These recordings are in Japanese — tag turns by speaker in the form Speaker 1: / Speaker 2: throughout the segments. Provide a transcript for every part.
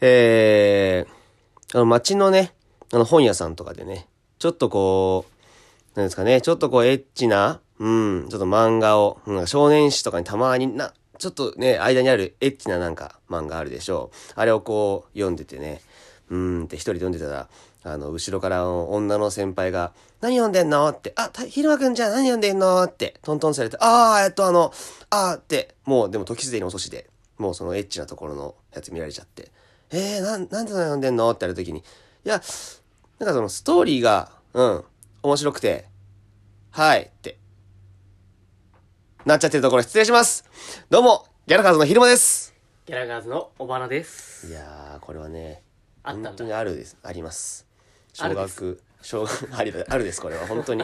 Speaker 1: えー、あの街のね、あの本屋さんとかでね、ちょっとこう、なんですかね、ちょっとこうエッチな、うん、ちょっと漫画を、うん、少年誌とかにたまにな、ちょっとね、間にあるエッチななんか漫画あるでしょう。あれをこう読んでてね、うーんって一人で読んでたら、あの、後ろから女の先輩が、何読んでんのって、あ、たひろまくんじゃん何読んでんのって、トントンされて、あー、えっとあの、あーって、もうでも時すでに遅しで、もうそのエッチなところのやつ見られちゃって、えー、なん、なんでそんな読んでんのってやるときに、いや、なんかそのストーリーが、うん、面白くて、はい、って、なっちゃってるところ失礼しますどうも、ギャラカーズのひるまです
Speaker 2: ギャラガーズの尾花です。
Speaker 1: いやー、これはね、
Speaker 2: あった
Speaker 1: 本
Speaker 2: ん
Speaker 1: 当に
Speaker 2: だ。
Speaker 1: あるですあります
Speaker 2: あ
Speaker 1: 小
Speaker 2: るです
Speaker 1: 学小学ありだあ るですこれは本当に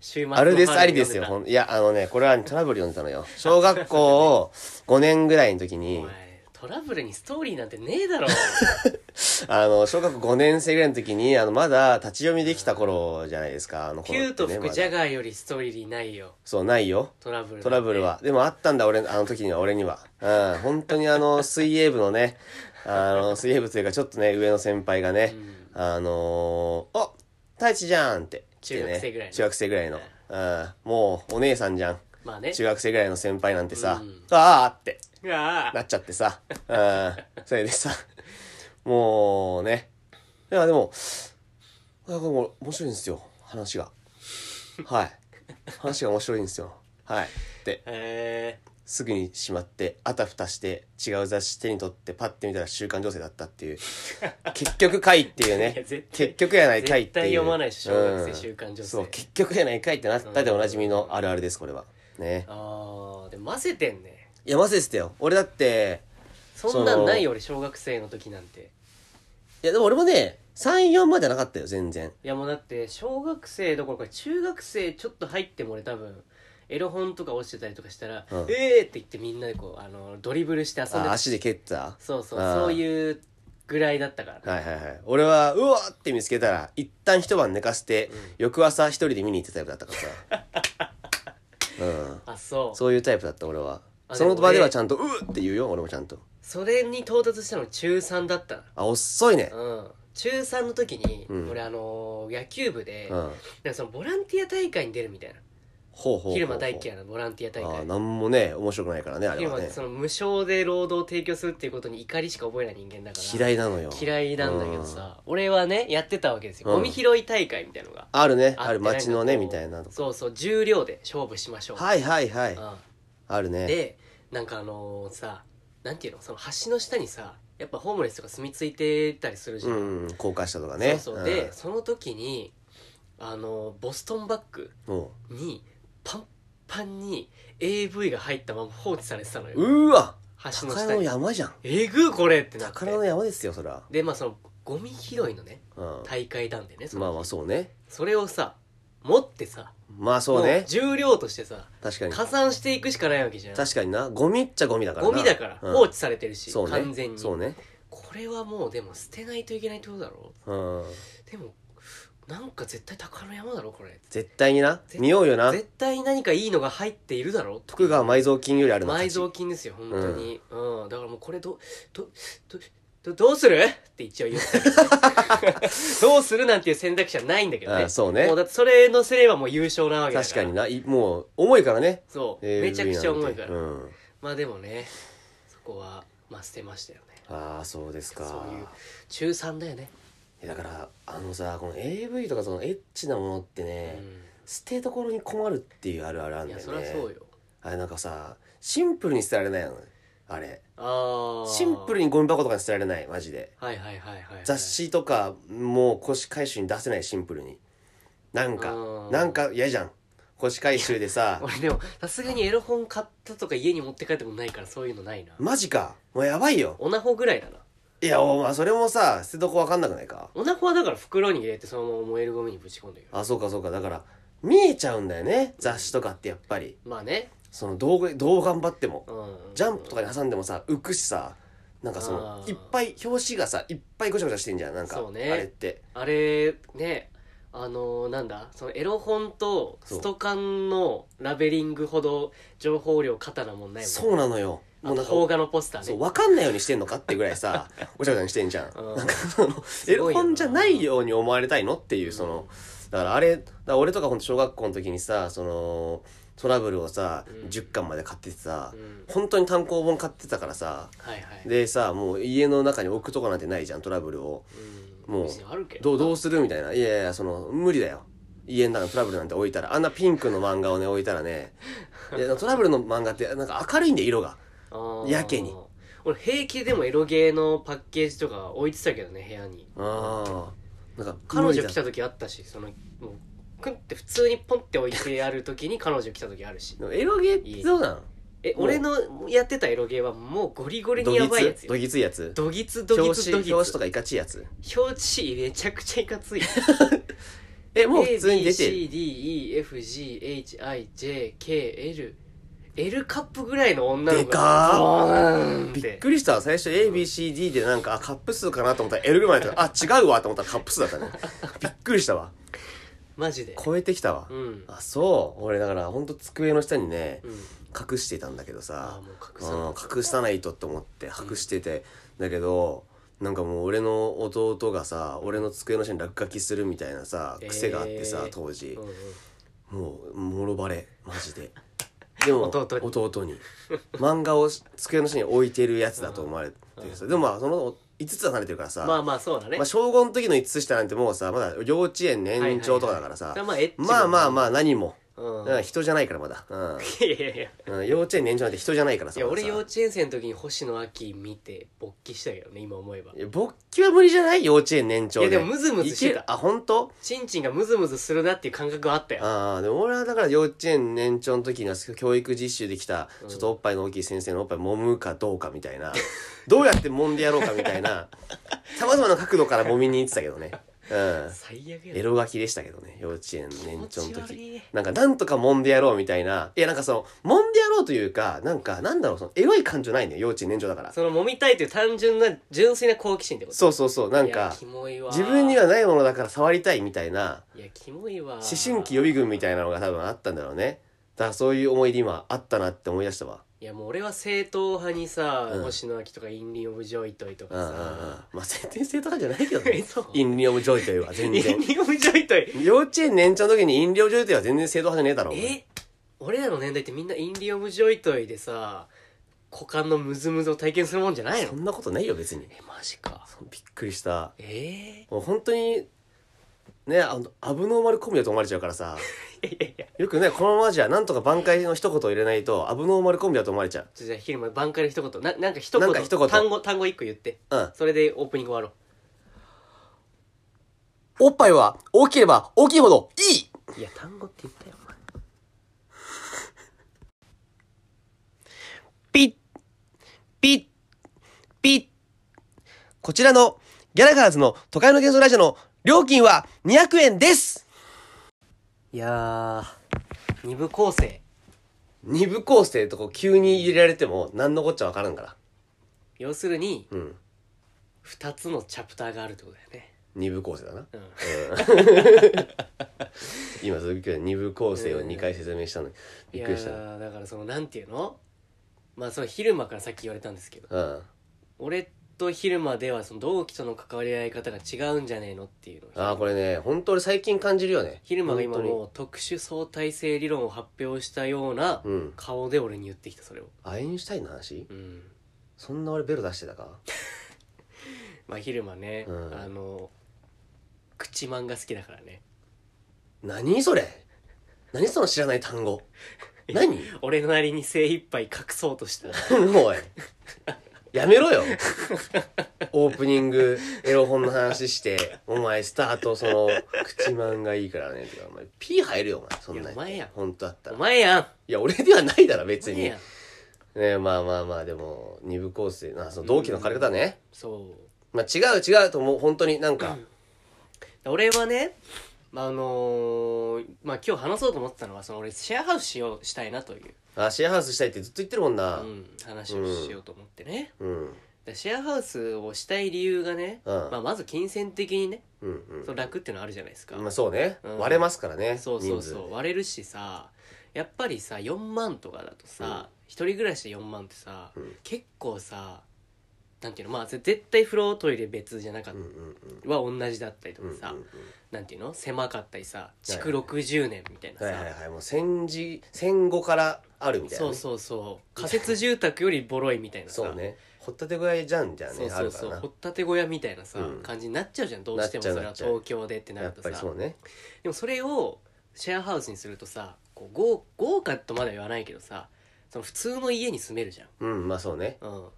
Speaker 2: 週末の
Speaker 1: あるです
Speaker 2: 春
Speaker 1: あ
Speaker 2: に
Speaker 1: りですよ
Speaker 2: 読
Speaker 1: ほ
Speaker 2: ん
Speaker 1: んいやあのねこれはトラブル読んでたのよ小学校を5年ぐらいの時
Speaker 2: だ
Speaker 1: に
Speaker 2: お前トラブルにストーリーなんてねえだろ。
Speaker 1: あの小学校5年生ぐらいの時にあのまだ立ち読みできた頃じゃないですかあの
Speaker 2: キ
Speaker 1: 頃って、ね、
Speaker 2: ューと服
Speaker 1: まだ
Speaker 2: ジャガーよりストーリーないよ。
Speaker 1: そうないよ
Speaker 2: トラブルなんて。
Speaker 1: トラブルは。でもあったんだ、俺、あの時には、俺には。うん、本当にあ の、水泳部のね、あの、水泳部というか、ちょっとね、上の先輩がね、あのー、あ太一じゃんって来てね。
Speaker 2: 中学生ぐらいの
Speaker 1: 中学生ぐらいの。うん、もう、お姉さんじゃん。
Speaker 2: まあね。
Speaker 1: 中学生ぐらいの先輩なんてさ、
Speaker 2: うん
Speaker 1: ああって
Speaker 2: あ
Speaker 1: なっちゃってさ、うん、それでさ、もうね、いや、でも、なんかもう面白いんですよ、話が。はい。話が面白いんですよ。はい。って
Speaker 2: え
Speaker 1: すぐにしまってあたふたして違う雑誌手に取ってパッて見たら「週刊情勢」だったっていう 結局かいっていう
Speaker 2: いや
Speaker 1: ね
Speaker 2: 絶対
Speaker 1: 結局やないかいっ
Speaker 2: 絶
Speaker 1: ていう
Speaker 2: 対読まないでしょ、小学
Speaker 1: うん
Speaker 2: 生週刊女
Speaker 1: そう
Speaker 2: 性。
Speaker 1: 結局やないかいってなったでおなじみのあるあるですこれはね
Speaker 2: ああ、でも混ぜてんね。
Speaker 1: いやませですよ俺だって
Speaker 2: そんなんない
Speaker 1: そ
Speaker 2: よ、俺小学生の時なんて。
Speaker 1: いやでも俺もね34まではなかったよ全然
Speaker 2: いやもうだって、小学生どころか中学生ちょっと入っても俺多分、エロ本とか落ちてたりとかしたら、
Speaker 1: うん
Speaker 2: ええーって言ってみんなでこう、あの、ドリブルして遊んで
Speaker 1: あ
Speaker 2: た
Speaker 1: 足で蹴った
Speaker 2: そうそう
Speaker 1: あー
Speaker 2: そういうぐらいだったから
Speaker 1: はいはいはい俺はうわーって見つけたら一旦一晩寝かせて、翌朝一人で見に行ったタイプだったから さうん
Speaker 2: あそうそ
Speaker 1: そういうタイプだった俺は
Speaker 2: あ
Speaker 1: その場で
Speaker 2: でも
Speaker 1: は
Speaker 2: 俺
Speaker 1: ちゃんと「うっ!」って言うよ俺もちゃんと
Speaker 2: れに到達したの中3だった
Speaker 1: あ遅いね
Speaker 2: のうん中3の時に、
Speaker 1: うん
Speaker 2: 俺あのー野球部で、
Speaker 1: う
Speaker 2: なん
Speaker 1: ん
Speaker 2: かそのボランティア大会に出るみたいな
Speaker 1: ほうほうほう
Speaker 2: 昼間大嫌いなボランティア大
Speaker 1: ああ
Speaker 2: 会
Speaker 1: なんもね面白くないからねあれ
Speaker 2: 昼
Speaker 1: は
Speaker 2: 間
Speaker 1: ね
Speaker 2: その無償で労働を提供するっていうことに怒りしか覚えない人間だから
Speaker 1: 嫌
Speaker 2: い
Speaker 1: いなのよ
Speaker 2: なんだけ
Speaker 1: う
Speaker 2: ど
Speaker 1: ん
Speaker 2: さ、俺はねやってたわけですよ、
Speaker 1: うん
Speaker 2: ゴミ拾い大会みたいなのが
Speaker 1: あるね
Speaker 2: って
Speaker 1: ある街のね
Speaker 2: なん
Speaker 1: み
Speaker 2: かこ
Speaker 1: た
Speaker 2: う
Speaker 1: いなとこ
Speaker 2: そうそう重量で勝負しましょう、
Speaker 1: はいはいはい
Speaker 2: うん
Speaker 1: あるね
Speaker 2: でなんかあのさなんていうのその橋の下にさやっぱホームレスとか住み着いてたりするじゃ、
Speaker 1: うんん高架下とかね
Speaker 2: そうそう、
Speaker 1: ん
Speaker 2: でその時にあのボストンバッグ
Speaker 1: も
Speaker 2: にパンパンに AV が入ったまま放置されてたの
Speaker 1: う
Speaker 2: よ
Speaker 1: うーわ
Speaker 2: 橋の
Speaker 1: 宝
Speaker 2: 下
Speaker 1: の
Speaker 2: に
Speaker 1: 山じゃん
Speaker 2: えぐーこれってなって
Speaker 1: 宝の山ですよそら
Speaker 2: でまあそのゴミ拾いのね
Speaker 1: うん
Speaker 2: 大会なんでねその
Speaker 1: まあまあそうね
Speaker 2: それをさ持ってさ
Speaker 1: まあそう
Speaker 2: も
Speaker 1: ね
Speaker 2: 重量としてさ
Speaker 1: 確かに
Speaker 2: 加算していくしかないわけじゃん
Speaker 1: 確かになゴミっちゃゴミだからな
Speaker 2: ゴミだから
Speaker 1: うん
Speaker 2: 放置されてるし、
Speaker 1: そうね
Speaker 2: 完全に
Speaker 1: そうね
Speaker 2: これはもうでも捨てないといけないってことだろ
Speaker 1: うん
Speaker 2: でもなんか絶対宝の山だろこれ
Speaker 1: 絶対にな
Speaker 2: 絶
Speaker 1: 見ようよな
Speaker 2: 絶対何かいいのが入っているだろ
Speaker 1: 徳川埋蔵金よりあるの
Speaker 2: 埋蔵金ですよ本当にうん、だからもうこれどどどどどうするって一応言ったけど どうするなんていう選択肢はないんだけど
Speaker 1: あ
Speaker 2: ね
Speaker 1: あそうね
Speaker 2: もうだってそれのせればもう優勝なわけだから
Speaker 1: 確かにないもう重いからね
Speaker 2: そう、
Speaker 1: AV
Speaker 2: めちゃくちゃ重いから、
Speaker 1: なんて
Speaker 2: まあでもねそこはまあ捨てましたよね
Speaker 1: うん、ああそうですか
Speaker 2: そういう中3だよね、
Speaker 1: いやだからあのさこの AV とかそのエッチなものってね、
Speaker 2: う
Speaker 1: 捨てどころに困るっていうあるあるあるん
Speaker 2: ん、い
Speaker 1: だよ
Speaker 2: や
Speaker 1: ね
Speaker 2: そりゃそうよ
Speaker 1: あれなんかさシンプルに捨てられないのねあれ
Speaker 2: ああ
Speaker 1: シンプルにゴミ箱とかに捨てられないマジで
Speaker 2: はいはいはいはいはい
Speaker 1: 雑誌とかもう腰回収に出せないシンプルになんか
Speaker 2: うん
Speaker 1: なんか嫌じゃん腰回収でさ
Speaker 2: 俺でもさすがにエロ本買ったとか家に持って帰ってもないからそういうのないな
Speaker 1: マジかもうやばいよ
Speaker 2: オナホぐらいだない
Speaker 1: やお前それもさ捨てどこわかんなくないか
Speaker 2: オナホはだから袋に入れてそのまま燃えるゴミにぶち込んでるよ
Speaker 1: あそうかそうかだから見えちゃうんだよね雑誌とかってやっぱり
Speaker 2: まあね
Speaker 1: そのどうどう頑張っても
Speaker 2: うん
Speaker 1: ジャンプとかに挟んでもさ浮くしさなんかそ
Speaker 2: あ
Speaker 1: の
Speaker 2: ー
Speaker 1: いっぱい表紙がさいっぱいごちゃごちゃしてんじゃんなんか
Speaker 2: そうね
Speaker 1: あれって
Speaker 2: あれねあのーなんだそのエロ本とストカンのラベリングほど情報量過多なもんないもん
Speaker 1: そうなのよもうなんか
Speaker 2: 邦画のポスター
Speaker 1: そう
Speaker 2: ね
Speaker 1: 分かんないようにしてんのかってぐらいさ おしゃべりしてんじゃん
Speaker 2: うん
Speaker 1: なん かその絵
Speaker 2: ごいよな
Speaker 1: 本じゃないように思われたいのっていうそのだからあれだから俺とかほんと小学校の時にさそのトラブルをさ、
Speaker 2: うん
Speaker 1: 10巻まで買っててさ、
Speaker 2: うん
Speaker 1: 本当に単行本買ってたからさ
Speaker 2: はいはい
Speaker 1: でさもう家の中に置くとこなんてないじゃんトラブルを
Speaker 2: うん
Speaker 1: もう
Speaker 2: 別にあるけ
Speaker 1: どうどうするみたいないやいやいやその無理だよ家の中にトラブルなんて置いたらあんなピンクの漫画をね置いたらねい やトラブルの漫画ってなんか明るいんで色が
Speaker 2: あー
Speaker 1: やけに
Speaker 2: 俺平気でもエロゲーのパッケージとか置いてたけどね部屋に
Speaker 1: ああなんか
Speaker 2: 彼
Speaker 1: 無理
Speaker 2: 女
Speaker 1: だ
Speaker 2: 来た時あったしそのもうクンって普通にポンって置いてある時に 彼女来た時あるし
Speaker 1: でもエロゲーってどうなの
Speaker 2: え
Speaker 1: もう
Speaker 2: 俺のやってたエロゲーはもうゴリゴリ
Speaker 1: ど
Speaker 2: にやばいや
Speaker 1: ぎ
Speaker 2: つ
Speaker 1: つ
Speaker 2: よ
Speaker 1: どぎついやつ
Speaker 2: ドギツドギ
Speaker 1: 表
Speaker 2: ツ
Speaker 1: 紙
Speaker 2: ド
Speaker 1: 表
Speaker 2: ギ
Speaker 1: 紙
Speaker 2: ツ
Speaker 1: とかいかちいやつ
Speaker 2: 表紙めちゃくちゃいかつい
Speaker 1: え もう普通に出てる
Speaker 2: ABCDEFGHIJKLL カップぐらいの女の
Speaker 1: で
Speaker 2: 子
Speaker 1: か
Speaker 2: ー
Speaker 1: ー
Speaker 2: び
Speaker 1: び
Speaker 2: っ
Speaker 1: っ
Speaker 2: く
Speaker 1: くりした最初 ABCD でなんかあカップ数かなと思ったら L ぐらいだったあ違うわと思ったらカップ数だった ねびっくりしたわ
Speaker 2: マジで
Speaker 1: 超えてきたわ
Speaker 2: うん
Speaker 1: あそう俺だからほんと机の下にね
Speaker 2: うん
Speaker 1: 隠してたんだけど
Speaker 2: ああ
Speaker 1: さ
Speaker 2: もう隠さな
Speaker 1: うん隠さないとって思って隠しててだけどなんかもう俺の弟がさ俺の机の下に落書きするみたいなさ癖があってさ
Speaker 2: えー
Speaker 1: 当時
Speaker 2: いうんうん
Speaker 1: もうもろバレマジ ででも
Speaker 2: 弟に
Speaker 1: に漫画を机の下に置いてるやつだと思われてさ、でもまあその5つは離れてるからさ、
Speaker 2: まあまあそうだね
Speaker 1: まあ、小5の時の5つ下なんてもうさまだ幼稚園年長とかだからさ、
Speaker 2: はいはいはいだか
Speaker 1: ま
Speaker 2: らまあエッ
Speaker 1: あ
Speaker 2: チだね
Speaker 1: まあまあ何も、
Speaker 2: うん
Speaker 1: だから人じゃないからまだ、うん
Speaker 2: いやいやいや
Speaker 1: うん幼稚園年長なんて人じゃないから
Speaker 2: い
Speaker 1: さ
Speaker 2: や俺
Speaker 1: まだ
Speaker 2: 幼
Speaker 1: さ
Speaker 2: 稚園生の時に星野亜紀見て勃起したけどね今思えば
Speaker 1: いや勃起は無理じゃない幼稚園年長で
Speaker 2: いやでもムズムズして
Speaker 1: い
Speaker 2: た
Speaker 1: けるあ本当
Speaker 2: チンチンがムズムズするなっていう感覚はあったよ
Speaker 1: ああでも俺はだから幼稚園年長の時の教育実習できた
Speaker 2: うん
Speaker 1: ちょっとおっぱいの大きい先生のおっぱい揉むかどうかみたいなどうやって揉んでやろうかみたい なさまざまな角度から揉みに行ってたけどねう
Speaker 2: 最悪や
Speaker 1: んエロ書きでしたけどね幼稚園年長の
Speaker 2: 気持ち悪
Speaker 1: 時
Speaker 2: い
Speaker 1: なんかなんとか揉んでやろうみたいないやなんかその揉んでやろうというかなんかなんだろうそのエロい感情ないんだよ幼稚園年長だから
Speaker 2: その揉みたいという単純な純粋な好奇心ってこと
Speaker 1: そうそうそうなん
Speaker 2: いや
Speaker 1: か
Speaker 2: キモいわ
Speaker 1: 自分にはないものだから触りたいみたいない
Speaker 2: やキモいわ
Speaker 1: 思春期予備軍みたいなのが多分あったんだろうねだからそういう思い出今あったなって思い出したわ
Speaker 2: いやもう俺は正統派にさ、
Speaker 1: うん
Speaker 2: 星野亜紀とかインリン・オブ・ジョイトイとか
Speaker 1: うんうんうん
Speaker 2: さ、
Speaker 1: まあ先生とかじゃないけど ね
Speaker 2: そう
Speaker 1: インリオムジョイというは全
Speaker 2: イン
Speaker 1: 然
Speaker 2: リン・オブ・ジョイトイ
Speaker 1: 幼稚園年長の時にインリオムジョイというは全然正統派じゃねえだろお前
Speaker 2: え俺らの年代ってみんなインリン・オブ・ジョイトイでさ股間のムズムズを体験するもんじゃない
Speaker 1: そ
Speaker 2: の
Speaker 1: んなことないよ別に
Speaker 2: えマジか
Speaker 1: びっくりした
Speaker 2: え
Speaker 1: もう本当にねあのアブノーマルコンビだと思われちゃうからさ
Speaker 2: えいやいや
Speaker 1: よくねこのままじゃなんとか挽回の一言を入れないとアブノーマルコンビだと思われちゃう
Speaker 2: じゃあ昼間挽回の一言ななんか一言
Speaker 1: なんか一言
Speaker 2: 単語単語一個言って
Speaker 1: うん
Speaker 2: それでオープニング終わ
Speaker 1: おっぱいは大きければ大きいほどいい
Speaker 2: ろういや単語って言ったよお前
Speaker 1: ピッ、ピッ、ピッ。こちらのギャラガーズの都会の幻想ラジオの料金は200円ですいや
Speaker 2: 二部構成
Speaker 1: ー、2部構成とこう急に入れられても何のこっちゃわからんから。
Speaker 2: 要するに
Speaker 1: うん。
Speaker 2: 二つのチャプターがあるってことだよね
Speaker 1: 2部構成だな。
Speaker 2: うん
Speaker 1: 今、鈴木君2部構成を2回説明したのにびっくりした
Speaker 2: いや。ーだからそのなんていうのまあその昼間からさっき言われたんですけど
Speaker 1: うん。
Speaker 2: 俺と昼間ではその同期との関わり合い方が違うんじゃねえのっていうの
Speaker 1: ああ、これね、本当俺最近感じるよね。
Speaker 2: 昼間が今
Speaker 1: 本当に
Speaker 2: もう特殊相対性理論を発表したような
Speaker 1: うん。
Speaker 2: 顔で俺に言ってきたそれを
Speaker 1: アインシュタインの話
Speaker 2: うん
Speaker 1: そんな俺ベロ出してたか
Speaker 2: まあ昼間ね、
Speaker 1: うん
Speaker 2: あの口まんが好きだからね
Speaker 1: 何それ何その知らない単語何
Speaker 2: 俺なりに精一杯隠そうとした
Speaker 1: おいやめろよオープニングエロ本の話してお前スタートその口まんがいいからねとかお前ピー入るよお前そんなん
Speaker 2: いやお前や
Speaker 1: 本当だった
Speaker 2: お
Speaker 1: らい
Speaker 2: 前やん
Speaker 1: や俺ではないだろ別
Speaker 2: お
Speaker 1: に
Speaker 2: 前や
Speaker 1: ね
Speaker 2: ん
Speaker 1: まあまあまあでも二部構成なその同期の借り方ね、
Speaker 2: そう
Speaker 1: まあ違う違うと思う本当になんか、
Speaker 2: 俺はね、まあ、あのーまあ今日話そうと思ってたのはその俺シェアハウスしようしたいなという、
Speaker 1: あシェアハウスしたいってずっと言ってるもん
Speaker 2: う、
Speaker 1: なん
Speaker 2: 話をしようと思ってね、
Speaker 1: うん
Speaker 2: でシェアハウスをしたい理由がね、
Speaker 1: うん
Speaker 2: まあ、まず金銭的にね
Speaker 1: うんうん
Speaker 2: その楽っていうのあるじゃないですか、
Speaker 1: まあそうね、
Speaker 2: うん
Speaker 1: 割れますからね
Speaker 2: そうそう
Speaker 1: 人数
Speaker 2: そう割れるしさやっぱりさ4万とかだとさ、一人暮らしで4万ってさ、
Speaker 1: うん
Speaker 2: 結構さなんていうのまあぜ絶対風呂トイレ別じゃなかっ
Speaker 1: うんうん
Speaker 2: た、は同じだったりと
Speaker 1: うんう
Speaker 2: か
Speaker 1: ん
Speaker 2: さ、
Speaker 1: うん
Speaker 2: なんていうの狭かったりさ
Speaker 1: いはい
Speaker 2: 築60年みたいなさ、
Speaker 1: はいはいはいもう戦時戦後からあるみたいな
Speaker 2: そ
Speaker 1: ね
Speaker 2: うそうそう仮設住宅よりボロいみたいなさ
Speaker 1: そうねほったてぐらいじゃんじゃあ
Speaker 2: そ
Speaker 1: ね
Speaker 2: う
Speaker 1: あ
Speaker 2: そう
Speaker 1: るか
Speaker 2: そう
Speaker 1: ら
Speaker 2: 掘ったて小屋みたいなさ、
Speaker 1: うん
Speaker 2: 感じになっちゃうじゃんどうしても
Speaker 1: なっちゃう
Speaker 2: それ
Speaker 1: な
Speaker 2: は
Speaker 1: っちゃう
Speaker 2: 東京でって
Speaker 1: な
Speaker 2: な
Speaker 1: や
Speaker 2: る
Speaker 1: っ
Speaker 2: と
Speaker 1: ぱり
Speaker 2: さ
Speaker 1: そうね
Speaker 2: でもそれをシェアハウスにするとさこう豪豪華とまでは言わないけどさその普通の家に住めるじゃん、
Speaker 1: うんまあそうね
Speaker 2: うん、
Speaker 1: うん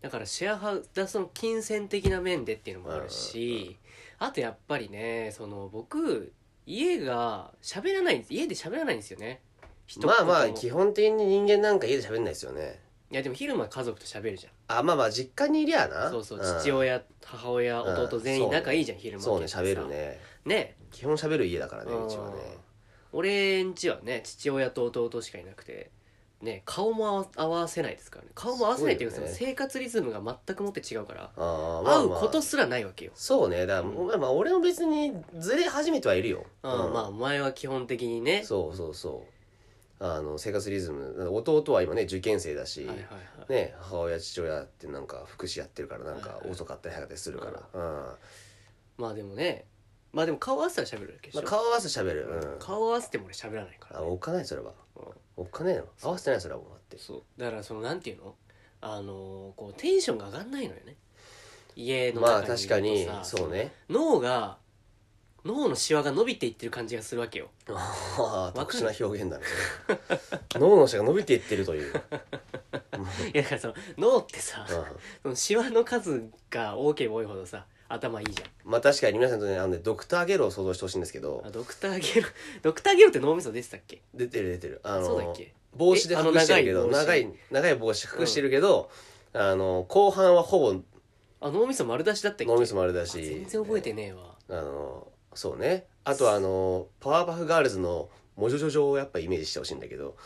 Speaker 2: だからシェアハウスだその金銭的な面でっていうのもあるし、あとやっぱりねその僕家が喋らないんです家で喋らないんですよね一言も
Speaker 1: まあまあ基本的に人間なんか家で喋んないですよね
Speaker 2: いやでも昼間家族と喋るじ
Speaker 1: あまあまあ実家にいりゃ
Speaker 2: ゃ
Speaker 1: なん
Speaker 2: そうそう、
Speaker 1: ん
Speaker 2: 父親母親
Speaker 1: うん
Speaker 2: 弟全員仲いいじゃん、昼間
Speaker 1: そうね
Speaker 2: 結構さ
Speaker 1: 喋るね
Speaker 2: ね
Speaker 1: 基本喋る家だからね
Speaker 2: うん
Speaker 1: うちはね
Speaker 2: 俺んちはね父親と弟しかいなくてね顔も合わ合わせないですからね顔も合わせないっていうか、
Speaker 1: すごいよね
Speaker 2: その生活リズムが全くもって違うから、
Speaker 1: あーまあ
Speaker 2: 会う
Speaker 1: まあ
Speaker 2: ことすらないわけよ、
Speaker 1: そうねだから、
Speaker 2: うん
Speaker 1: まあまあ俺も別にずれ始めてはいるよ、
Speaker 2: あ
Speaker 1: うん
Speaker 2: まあお前は基本的にね
Speaker 1: そうそうそうあの生活リズム弟は今ね受験生だし、
Speaker 2: はいはいはい
Speaker 1: ね、母親父親ってなんか福祉やってるからなん
Speaker 2: は
Speaker 1: か
Speaker 2: いはい
Speaker 1: 遅かったり早かったりするから、うん
Speaker 2: まあでもねまあでも顔合わせたら喋るだけでし
Speaker 1: ま
Speaker 2: ょ、
Speaker 1: あ、顔合わせ喋る、うん、
Speaker 2: 顔合わせても俺喋らないから
Speaker 1: あおっかないそれは
Speaker 2: うん
Speaker 1: おっかないの合わせてないそれはもうだって
Speaker 2: そうだからそのなんていうのあのーこうテンションが上がんないのよね家の
Speaker 1: ま
Speaker 2: 中
Speaker 1: あ
Speaker 2: にいると
Speaker 1: 確かに
Speaker 2: さ
Speaker 1: そうね
Speaker 2: 脳が脳のシワが伸びていってる感じがするわけよ
Speaker 1: ああ
Speaker 2: わ
Speaker 1: 特殊
Speaker 2: か
Speaker 1: な
Speaker 2: る
Speaker 1: 表 現だね脳の下が伸びていってるという、
Speaker 2: いやだからその脳ってさ
Speaker 1: う
Speaker 2: そのシワの数が多ければ多いほどさ頭いいじゃ
Speaker 1: ん、まあ確かに皆さんとねあのねドクターゲロを想像してほしいんですけど
Speaker 2: んあドクターゲロ ドクターゲロって脳みそ出てたっけ
Speaker 1: 出てる出てるあの
Speaker 2: そうだっけ
Speaker 1: 帽子で
Speaker 2: えあの
Speaker 1: 隠してるけど長
Speaker 2: 長
Speaker 1: い
Speaker 2: い
Speaker 1: 長い帽子隠してるけど、あの後半はほぼ
Speaker 2: あ脳みそ丸出しだったっけ
Speaker 1: 脳みそ丸だ
Speaker 2: あ
Speaker 1: し
Speaker 2: 全然覚えてねえわ
Speaker 1: あのそうねあとはあのパワーパフガールズのモジョジョジョをやっぱイメージしてほしいんだけど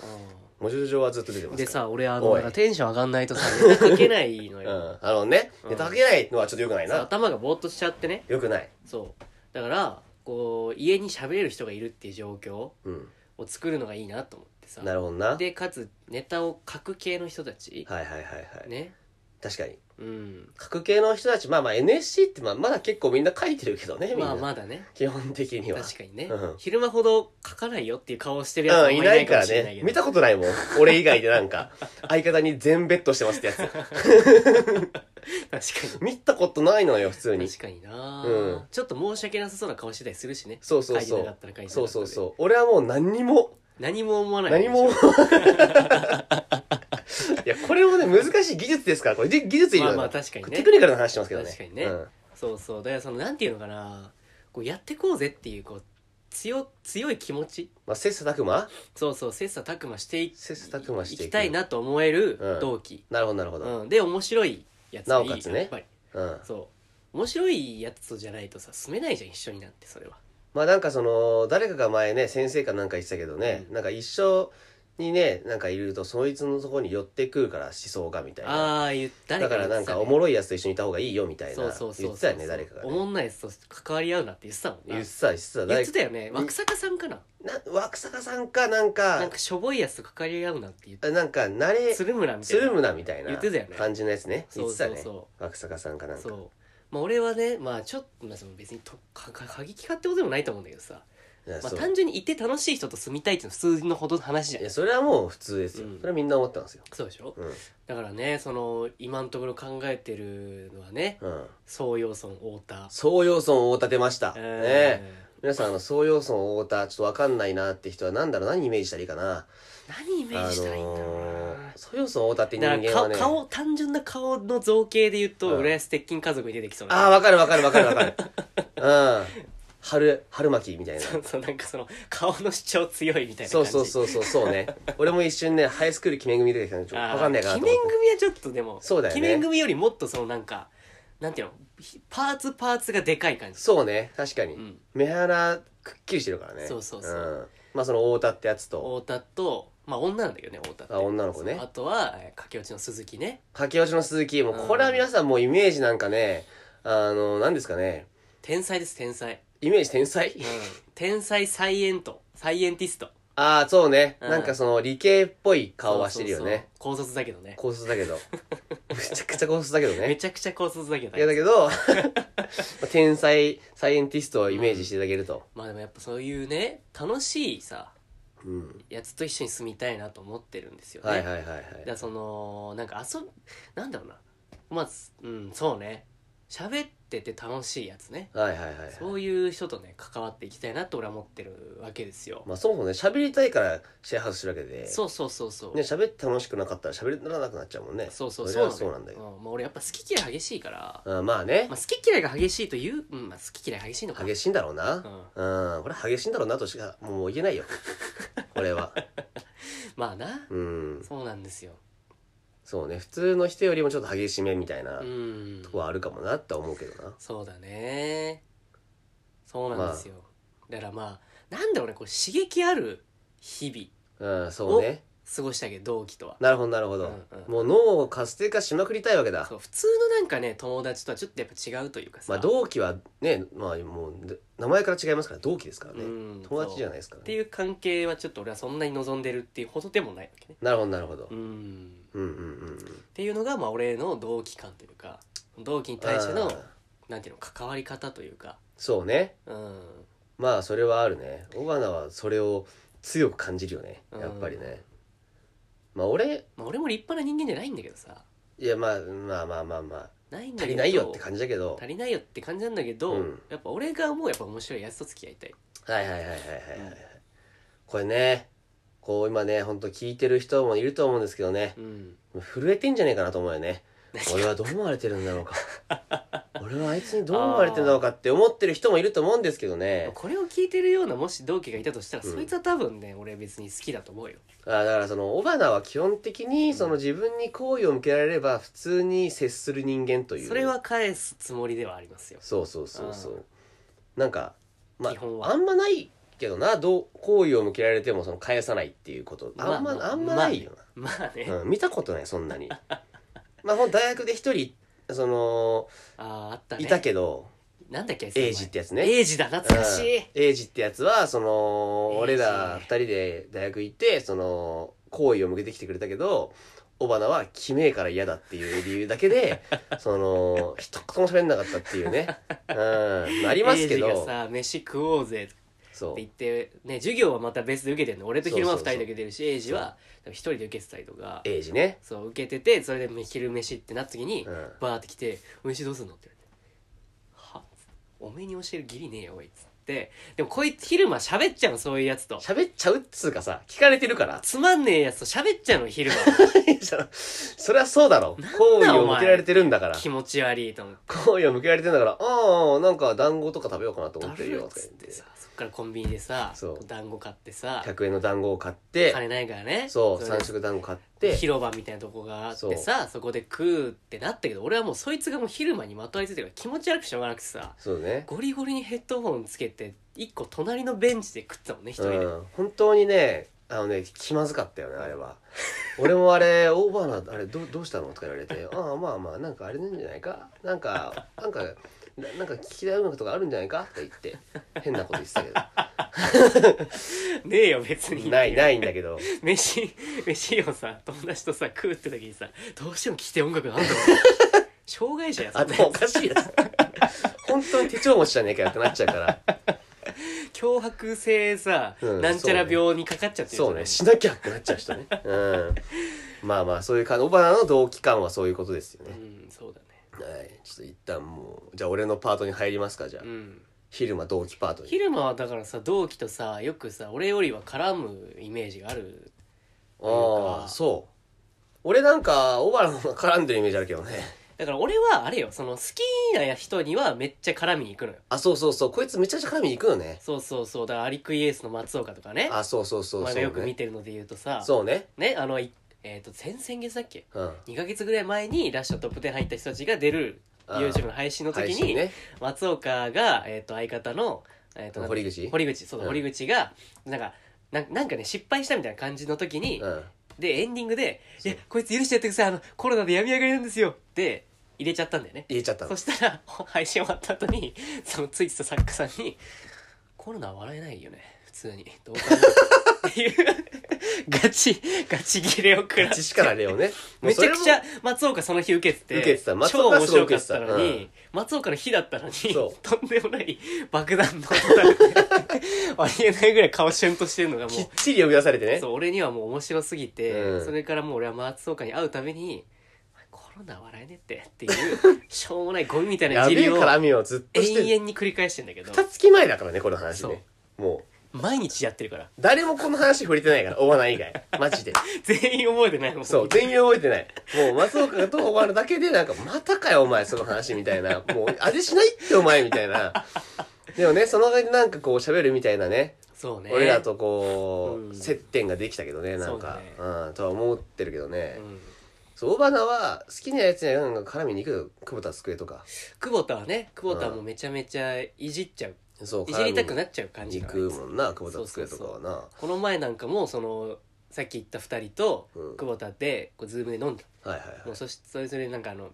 Speaker 1: モジョジョジョはずっと出てますから
Speaker 2: でさ俺あ
Speaker 1: お
Speaker 2: の
Speaker 1: い
Speaker 2: なんかテンション上がんないとさネタ書けないの
Speaker 1: う
Speaker 2: よ、
Speaker 1: ん、あのね
Speaker 2: うん
Speaker 1: ネタ書けないのはちょっとよくない
Speaker 2: さ
Speaker 1: な
Speaker 2: 頭がぼーっとしちゃってね
Speaker 1: よくない
Speaker 2: そうだからこう家に喋れる人がいるっていう状況を
Speaker 1: うん
Speaker 2: 作るのがいいなと思ってさ
Speaker 1: なるほどなはい
Speaker 2: でかつネタを書く系の人たち、
Speaker 1: はいはいはい、
Speaker 2: ね
Speaker 1: 確かに
Speaker 2: うん
Speaker 1: 格系の人たちまあまあ NSC ってまあまだ結構みんな書いてるけどねみんな、
Speaker 2: まあまだね
Speaker 1: 基本的には
Speaker 2: 確かにね、
Speaker 1: うん
Speaker 2: 昼間ほど書かないよっていう顔をしてるやつは
Speaker 1: う
Speaker 2: あ
Speaker 1: ん、
Speaker 2: ん
Speaker 1: い
Speaker 2: ま
Speaker 1: な
Speaker 2: り
Speaker 1: いから
Speaker 2: もしれな
Speaker 1: ね
Speaker 2: いけ。ど
Speaker 1: 見たことないもん。俺以外でなんか、相方に全ベッドしてますってやつ。
Speaker 2: 確か
Speaker 1: 見たことないのよ、普通
Speaker 2: に
Speaker 1: に。
Speaker 2: 確かにな、
Speaker 1: うん
Speaker 2: ちょっと申し訳なさそうな顔してたりするしね
Speaker 1: そうそう
Speaker 2: 書い
Speaker 1: そ
Speaker 2: てなか
Speaker 1: う
Speaker 2: ったら書いてなかっ。
Speaker 1: そう
Speaker 2: た
Speaker 1: そう
Speaker 2: う
Speaker 1: そう。俺はもう何にも、
Speaker 2: 何も思わない
Speaker 1: 何も。いや、これもね、難しい技術ですから、これ、技技術いる
Speaker 2: ま
Speaker 1: よ
Speaker 2: あ
Speaker 1: ね
Speaker 2: まあ確かにね
Speaker 1: テクニカルな話してますけどね。
Speaker 2: 確かにね
Speaker 1: うん
Speaker 2: そうそうだからそのなんていうのかなこうやってこうぜっていうこう強強い気持ち
Speaker 1: まあ、切磋琢磨
Speaker 2: そうそう切磋琢磨してい
Speaker 1: 切磋琢磨していく
Speaker 2: きたいなと思え
Speaker 1: う
Speaker 2: る
Speaker 1: ん
Speaker 2: 動機、
Speaker 1: なるほど、なるほ
Speaker 2: う
Speaker 1: ど。
Speaker 2: んで面白いやつがいい
Speaker 1: なおかつね
Speaker 2: やっぱり
Speaker 1: うん。
Speaker 2: そう面白いやつとじゃないとさ進めないじゃん一緒になんてそれは
Speaker 1: まあなんかその誰かが前ね先生かなんか言ってたけどね、なんか一緒にねなんかいるとそいつのとこに寄ってくるから思想がみたいな
Speaker 2: ああー言った
Speaker 1: だからなんかおもろいやつと一緒にいた方がいいよみたいな
Speaker 2: そうそうそうそう
Speaker 1: 言ってたよね誰かが
Speaker 2: お
Speaker 1: ね、
Speaker 2: もんないやつと関わり合うなって言ってたもんな
Speaker 1: 言ってた言ってた
Speaker 2: 言っ
Speaker 1: 誰
Speaker 2: て
Speaker 1: か
Speaker 2: たよね若坂さんかな
Speaker 1: な若坂さんかなんか
Speaker 2: なんかしょぼいやつと関わり合うなって言って
Speaker 1: なんか慣れ
Speaker 2: 鶴村みたい
Speaker 1: つ
Speaker 2: な
Speaker 1: るむなみたいな
Speaker 2: 言ってたよね
Speaker 1: 感じのやつね言
Speaker 2: そ
Speaker 1: っ
Speaker 2: う
Speaker 1: てた
Speaker 2: そ
Speaker 1: ね
Speaker 2: うそ
Speaker 1: 若坂さんかな
Speaker 2: うん
Speaker 1: か
Speaker 2: そうまあ俺はねまあちょっと、まあ、その別にとかか過激化ってことでもないと思うんだけどさ、
Speaker 1: いや
Speaker 2: まあ、
Speaker 1: そう
Speaker 2: 単純にいて楽しい人と住みたいっていうのは普通のほどの話じゃ
Speaker 1: い
Speaker 2: ん
Speaker 1: やそれはもう普通ですよ、
Speaker 2: うん
Speaker 1: それはみんな思ってますよ
Speaker 2: そうでしょ
Speaker 1: うん
Speaker 2: だからねその今のところ考えてるのはね
Speaker 1: うん
Speaker 2: 宗陽村太田
Speaker 1: 総要村大田出ました、ねえ
Speaker 2: えー
Speaker 1: 皆さん、あの、総要村大田、ちょっとわかんないなって人は、なんだろう、何イメージしたらいいかな。
Speaker 2: 何イメージしたらいいんだろうな、
Speaker 1: あのー総要村大田って人
Speaker 2: だから
Speaker 1: 間は
Speaker 2: 顔
Speaker 1: ね。
Speaker 2: 顔単純な顔の造形で言う
Speaker 1: う
Speaker 2: と
Speaker 1: ん
Speaker 2: 浦安鉄筋家族に出てきそう
Speaker 1: ああ、
Speaker 2: な
Speaker 1: わかるわかるわかるわ かる。うん。春、春巻きみたいな。
Speaker 2: そうそうなんかその顔の主張強いみたいな
Speaker 1: そ
Speaker 2: 感
Speaker 1: う
Speaker 2: じ
Speaker 1: そうそうそう、そうね。俺も一瞬ね、ハイスクール鬼面組出てきたの、ちょっと
Speaker 2: あー
Speaker 1: わかんないかなと
Speaker 2: 鬼
Speaker 1: 思っ
Speaker 2: 面
Speaker 1: て。
Speaker 2: 組はちょっとでも
Speaker 1: そうだよね
Speaker 2: 鬼面組よりもっとそのなんかなんていうのひパーツパーツがでかい感じ
Speaker 1: そうね、確かに。
Speaker 2: うん
Speaker 1: 目鼻、くっきりしてるからね。。
Speaker 2: そうそうそうん
Speaker 1: まあ、その大田ってやつと、
Speaker 2: 太田とまあ女なんだけどね太田って
Speaker 1: あ女の子ね
Speaker 2: そうあとはえー駆け落ちの鈴木ね
Speaker 1: 駆け落ちの鈴木、もうこれは皆さんもうイメージなんかね、あの、何ですかね、
Speaker 2: 天才です天才、
Speaker 1: イメージ天才
Speaker 2: うん、天才サイエントサイエンティスト
Speaker 1: ああ、そうね。
Speaker 2: うん
Speaker 1: なんかその理系っぽい顔はしてるよね。
Speaker 2: そうそうそう高卒だけどね
Speaker 1: 高卒だ けど。めちゃくちゃ高卒だけど
Speaker 2: め
Speaker 1: ね。
Speaker 2: ちゃくちゃ高卒だけど
Speaker 1: いやだ
Speaker 2: ね
Speaker 1: け ど、天才サイエンティストをイメージしていただけると。
Speaker 2: まあでもやっぱそういうね楽しいさ
Speaker 1: うん。
Speaker 2: やつと一緒に住みたいなと思ってるんですよね、
Speaker 1: はいはいはいは
Speaker 2: だからそのなんか遊びなんだろうなまあすうんそうね喋ってて楽しいやつね
Speaker 1: い。はいはいはいはい。
Speaker 2: そういう人とね関わっていきたいなって俺は思ってるわけですよ、
Speaker 1: まあそもそもね、喋りたいからシェアハウスしてるわけで。
Speaker 2: そうそうそうそう、
Speaker 1: ね、喋って楽しくなかったら喋らなくなっちゃうもんね。
Speaker 2: そうそう
Speaker 1: それは
Speaker 2: そ
Speaker 1: そうう
Speaker 2: な
Speaker 1: なん
Speaker 2: んだ
Speaker 1: だ
Speaker 2: よ
Speaker 1: よ。
Speaker 2: うんもう俺やっぱ好き嫌い激しいから、
Speaker 1: うん、まあね
Speaker 2: まあ、。好き嫌いが激しいという、うんまあ、好き嫌い激しいのか
Speaker 1: 激
Speaker 2: しい
Speaker 1: しいんだろうな。うん、これ激しいんだろうなとしか、もう言え ないよ。これは。
Speaker 2: まあな、
Speaker 1: うん。
Speaker 2: そうなんですよ
Speaker 1: そうね。普通の人よりもちょっと激しめみたいな
Speaker 2: う。ん
Speaker 1: とこはあるかもなって思うけどな。
Speaker 2: そうだねそうなんですよ、だからまあなんだろうねこう刺激ある日々
Speaker 1: うん、そうね。
Speaker 2: 過ごしたけど同期とは
Speaker 1: なるほど、なるほど
Speaker 2: うんうん。
Speaker 1: もう脳を活性化しまくりたいわけだ
Speaker 2: そ。う普通のなんかね友達とはちょっとやっぱ違うというかさ、
Speaker 1: まあ、同期はね、まあ、もう、で名前から違いますから、同期ですから
Speaker 2: う
Speaker 1: ね。
Speaker 2: ん
Speaker 1: 友達じゃない
Speaker 2: い
Speaker 1: ですから
Speaker 2: って
Speaker 1: ね。
Speaker 2: いう関係はちょっと俺はそんなに望んでるっていうほどでもないわけね
Speaker 1: なるほど、なるほど
Speaker 2: う。ん
Speaker 1: うんうんうんうん。
Speaker 2: っていうのがまあ俺の同期感というか同期に対しての
Speaker 1: あー
Speaker 2: なんていうの関わり方というか
Speaker 1: そうね。
Speaker 2: うん
Speaker 1: まあ、それはあるね。小花はそれを強く感じるよね。やっぱりね。まあ、俺、
Speaker 2: まあ俺も立派な人間じゃないんだけどさ
Speaker 1: いや、まあ、まあまあまあまあ、
Speaker 2: ないんだ
Speaker 1: 足
Speaker 2: けど
Speaker 1: りないよって感じだけど。
Speaker 2: 足りないよって感じなんだけど、
Speaker 1: うん
Speaker 2: やっぱ俺が思うやっぱ面白いやつと付き合いたい
Speaker 1: はいはいはいはいはいはい、これねこう今ねほんと聞いてる人もいると思うんですけどね
Speaker 2: うん
Speaker 1: 震えてんじゃねえかなと思うよ ね俺はどう思われてるんだろうか俺はあいつにどう思われてるんだろうかって思ってる人もいると思うんですけどね
Speaker 2: これを聞いてるようなもし同期がいたとしたら、
Speaker 1: うん
Speaker 2: そいつは多分ね俺別に好きだと思うよ
Speaker 1: あだからその尾花は基本的にその自分に好意を向けられれば普通に接する人間という
Speaker 2: それは返すつもりではありますよ
Speaker 1: そうそうそうそうなんかま
Speaker 2: 基本
Speaker 1: あ
Speaker 2: は
Speaker 1: あんまないけどなどう好意を向けられてもその返さないっていうことあんま,、
Speaker 2: まあまあ
Speaker 1: あんまないよな、
Speaker 2: まあね、
Speaker 1: うん、見たことないそんなに まあほんと大学で一人その
Speaker 2: あああったね
Speaker 1: いたけど
Speaker 2: なんだっけ
Speaker 1: エイジってやつね
Speaker 2: エイジだ懐かしい、
Speaker 1: うんエイジってやつはその
Speaker 2: エイ
Speaker 1: 俺
Speaker 2: ジ
Speaker 1: ら二人で大学行ってその好意を向けてきてくれたけど尾花は決めえから嫌だっていう理由だけ でその一言も喋んなかったっていうね、うん、ありますけ
Speaker 2: エイジが
Speaker 1: ど
Speaker 2: さ飯食おうぜって
Speaker 1: そう
Speaker 2: 言ってね授業はまた別で受けてるの俺と昼間は2
Speaker 1: そうそ
Speaker 2: 人
Speaker 1: うそう
Speaker 2: で受けてるしエイジは一人で受けてたりとか
Speaker 1: エイジね
Speaker 2: そう受けててそれで昼飯ってなった時に、
Speaker 1: うん
Speaker 2: バーって来て「飯どうすんの?」って言われて「はおめえに教える義理ねえよおい」っつってでもこいつ昼間喋っちゃうのそういうやつと
Speaker 1: 喋っちゃうっつうかさ聞かれてるから
Speaker 2: つまんねえやつと喋っちゃうの昼間
Speaker 1: そりゃそうだろ好意を向けられてるんだから
Speaker 2: 気持ち悪いと思って
Speaker 1: 好意を向けられてんだから、ああ、なんか団子とか食べようかなと思
Speaker 2: だ
Speaker 1: って
Speaker 2: る
Speaker 1: るよ、
Speaker 2: いっ
Speaker 1: とか
Speaker 2: つ
Speaker 1: 言
Speaker 2: っ
Speaker 1: ってて。
Speaker 2: さそっからコンビニでさ
Speaker 1: そう
Speaker 2: 団子買ってさ
Speaker 1: 100円の団子を買って、
Speaker 2: 金ないからね
Speaker 1: そう、
Speaker 2: それ
Speaker 1: 3
Speaker 2: で
Speaker 1: 色団子買って、
Speaker 2: 広場みたいなとこがあってさそこで食うってなったけど俺はもうそいつがもう昼間にまとわりついてるから気持ち悪くしょうがなくてさ
Speaker 1: そうね。
Speaker 2: ゴリゴリにヘッドホンつけて一個隣のベンチで食ってたもんね一
Speaker 1: う
Speaker 2: 人で、
Speaker 1: ん。本当にね、あのね、気まずかったよね、あれ は。俺もあれ、オーバーな、あれ、どうどうしたのとか言われて、ああ、まあまあ、なんかあれなんじゃないかなんか、なんか、ななんか聞きたい音楽とかあるんじゃないかとか言って、変なこと言ってたけ ど。
Speaker 2: ねえよ別に
Speaker 1: ない、ないんだけど。
Speaker 2: 飯飯をさ友達とさ食うって時にさどうしても聴きてえ音 楽なんだろう障害者や
Speaker 1: あ
Speaker 2: さ
Speaker 1: とおかしいな。 本当に手帳持ちじゃねえかよってなっちゃうから。
Speaker 2: 脅迫性さ、
Speaker 1: うん
Speaker 2: なんちゃら病にかかっちゃってるじゃん
Speaker 1: そうね、しなきゃってなっちゃう人ね。うん。まあまあ、そういう感じ。オバナの同期感はそういうことですよ
Speaker 2: う
Speaker 1: ね。
Speaker 2: んそうだね
Speaker 1: はい。ちょっと一旦もう、じゃあ俺のパートに入りますか、じゃあ
Speaker 2: う。ん
Speaker 1: 昼間同期パートに。
Speaker 2: 昼間はだからさ同期とさよくさ俺よりは絡むイメージがある
Speaker 1: ああ、そう。俺なんか、オバナの方が絡んでるイメージあるけどね。
Speaker 2: だから俺はあれよその好きな人にはめっちゃ絡みに行くのよ
Speaker 1: あ、そうそうそう。こいつめちゃくちゃ絡みに行くよね。
Speaker 2: そうそうそうだからアリクイエースの松岡とかね
Speaker 1: あ、そうそうそ
Speaker 2: お
Speaker 1: うそ
Speaker 2: 前
Speaker 1: う、
Speaker 2: が
Speaker 1: ね。
Speaker 2: よく見てるので言うとさ
Speaker 1: そうね。
Speaker 2: ねあのいえっ、と先々月だっけ
Speaker 1: うん。
Speaker 2: 2ヶ月ぐらい前にラッシュのトップ10入った人たちが出る
Speaker 1: あー
Speaker 2: YouTube の配信の時
Speaker 1: 配
Speaker 2: に、
Speaker 1: 信ね。
Speaker 2: 松岡が、えー、と相方の、えー、となんだ
Speaker 1: 堀口
Speaker 2: 堀口そうだ、
Speaker 1: うん
Speaker 2: 堀口がなんかなんなんかね失敗したみたいな感じの時に、
Speaker 1: うん。
Speaker 2: でエンディングで「い
Speaker 1: そう
Speaker 2: やこいつ許してやってくださいあのコロナで病み上がりなんですよ」って入れちゃったんだよね
Speaker 1: 言えちゃった
Speaker 2: そ
Speaker 1: の。
Speaker 2: したらほ配信終わった後にそのツイッチと作家さんに「コロナは笑えないよね」通にどうかなっていう ガチガチギレを食らって
Speaker 1: 知識かられをね。もう
Speaker 2: め
Speaker 1: そ
Speaker 2: ちゃ
Speaker 1: れも
Speaker 2: くちゃ松岡その日受けてて
Speaker 1: 受けてた松
Speaker 2: 超
Speaker 1: 岡は
Speaker 2: 面
Speaker 1: すごい
Speaker 2: 白
Speaker 1: 受
Speaker 2: か
Speaker 1: け
Speaker 2: って
Speaker 1: た
Speaker 2: たのに、
Speaker 1: うん
Speaker 2: 松岡の日だったのに
Speaker 1: そ
Speaker 2: とんでもない爆弾の音だって ありえないぐらい顔シュンとしてるのがも
Speaker 1: きっ
Speaker 2: う
Speaker 1: ちり呼び出されてね
Speaker 2: そ。う俺にはもう面白すぎて、
Speaker 1: うん
Speaker 2: それからもう俺は松岡に会うために「コロナ笑えねえって」っていう しょうもないゴミみたいない
Speaker 1: や
Speaker 2: じ
Speaker 1: べえ
Speaker 2: りを
Speaker 1: 絡みをずっとして
Speaker 2: 永
Speaker 1: る。
Speaker 2: 遠に繰り返してんだけど
Speaker 1: 二月前だからね、この話ね。もう、
Speaker 2: 毎日やってるから
Speaker 1: 誰もこの話触れてないから、大花以外。マジで。
Speaker 2: 全員覚えてないもん
Speaker 1: そう、全員覚えてない。もう、松岡と大花だけで、なんか、またかよ、お前、その話、みたいな。もう、あれしないって、お前、みたいな。でもね、その間になんかこう、喋るみたいなね。
Speaker 2: そうね
Speaker 1: 俺らとこ
Speaker 2: う
Speaker 1: う、
Speaker 2: ん
Speaker 1: 接点ができたけどね、なんか。
Speaker 2: そう
Speaker 1: うん、とは思ってるけどね
Speaker 2: う。ん
Speaker 1: そう、大花は、好きなやつになんか絡みに行くよ。久保田机とか。
Speaker 2: 久保田はね久保田もめちゃめちゃいじっちゃう
Speaker 1: そう、
Speaker 2: いじりたくな
Speaker 1: っ
Speaker 2: っちゃう感じ
Speaker 1: 行
Speaker 2: が
Speaker 1: くもんな、久保田机とかはな。
Speaker 2: この前なんかもそのさっき言った2人と
Speaker 1: うん
Speaker 2: 久保田でこうズームで飲んだ、
Speaker 1: はいはい
Speaker 2: も
Speaker 1: は
Speaker 2: う
Speaker 1: い。
Speaker 2: そしそれぞれなんかあの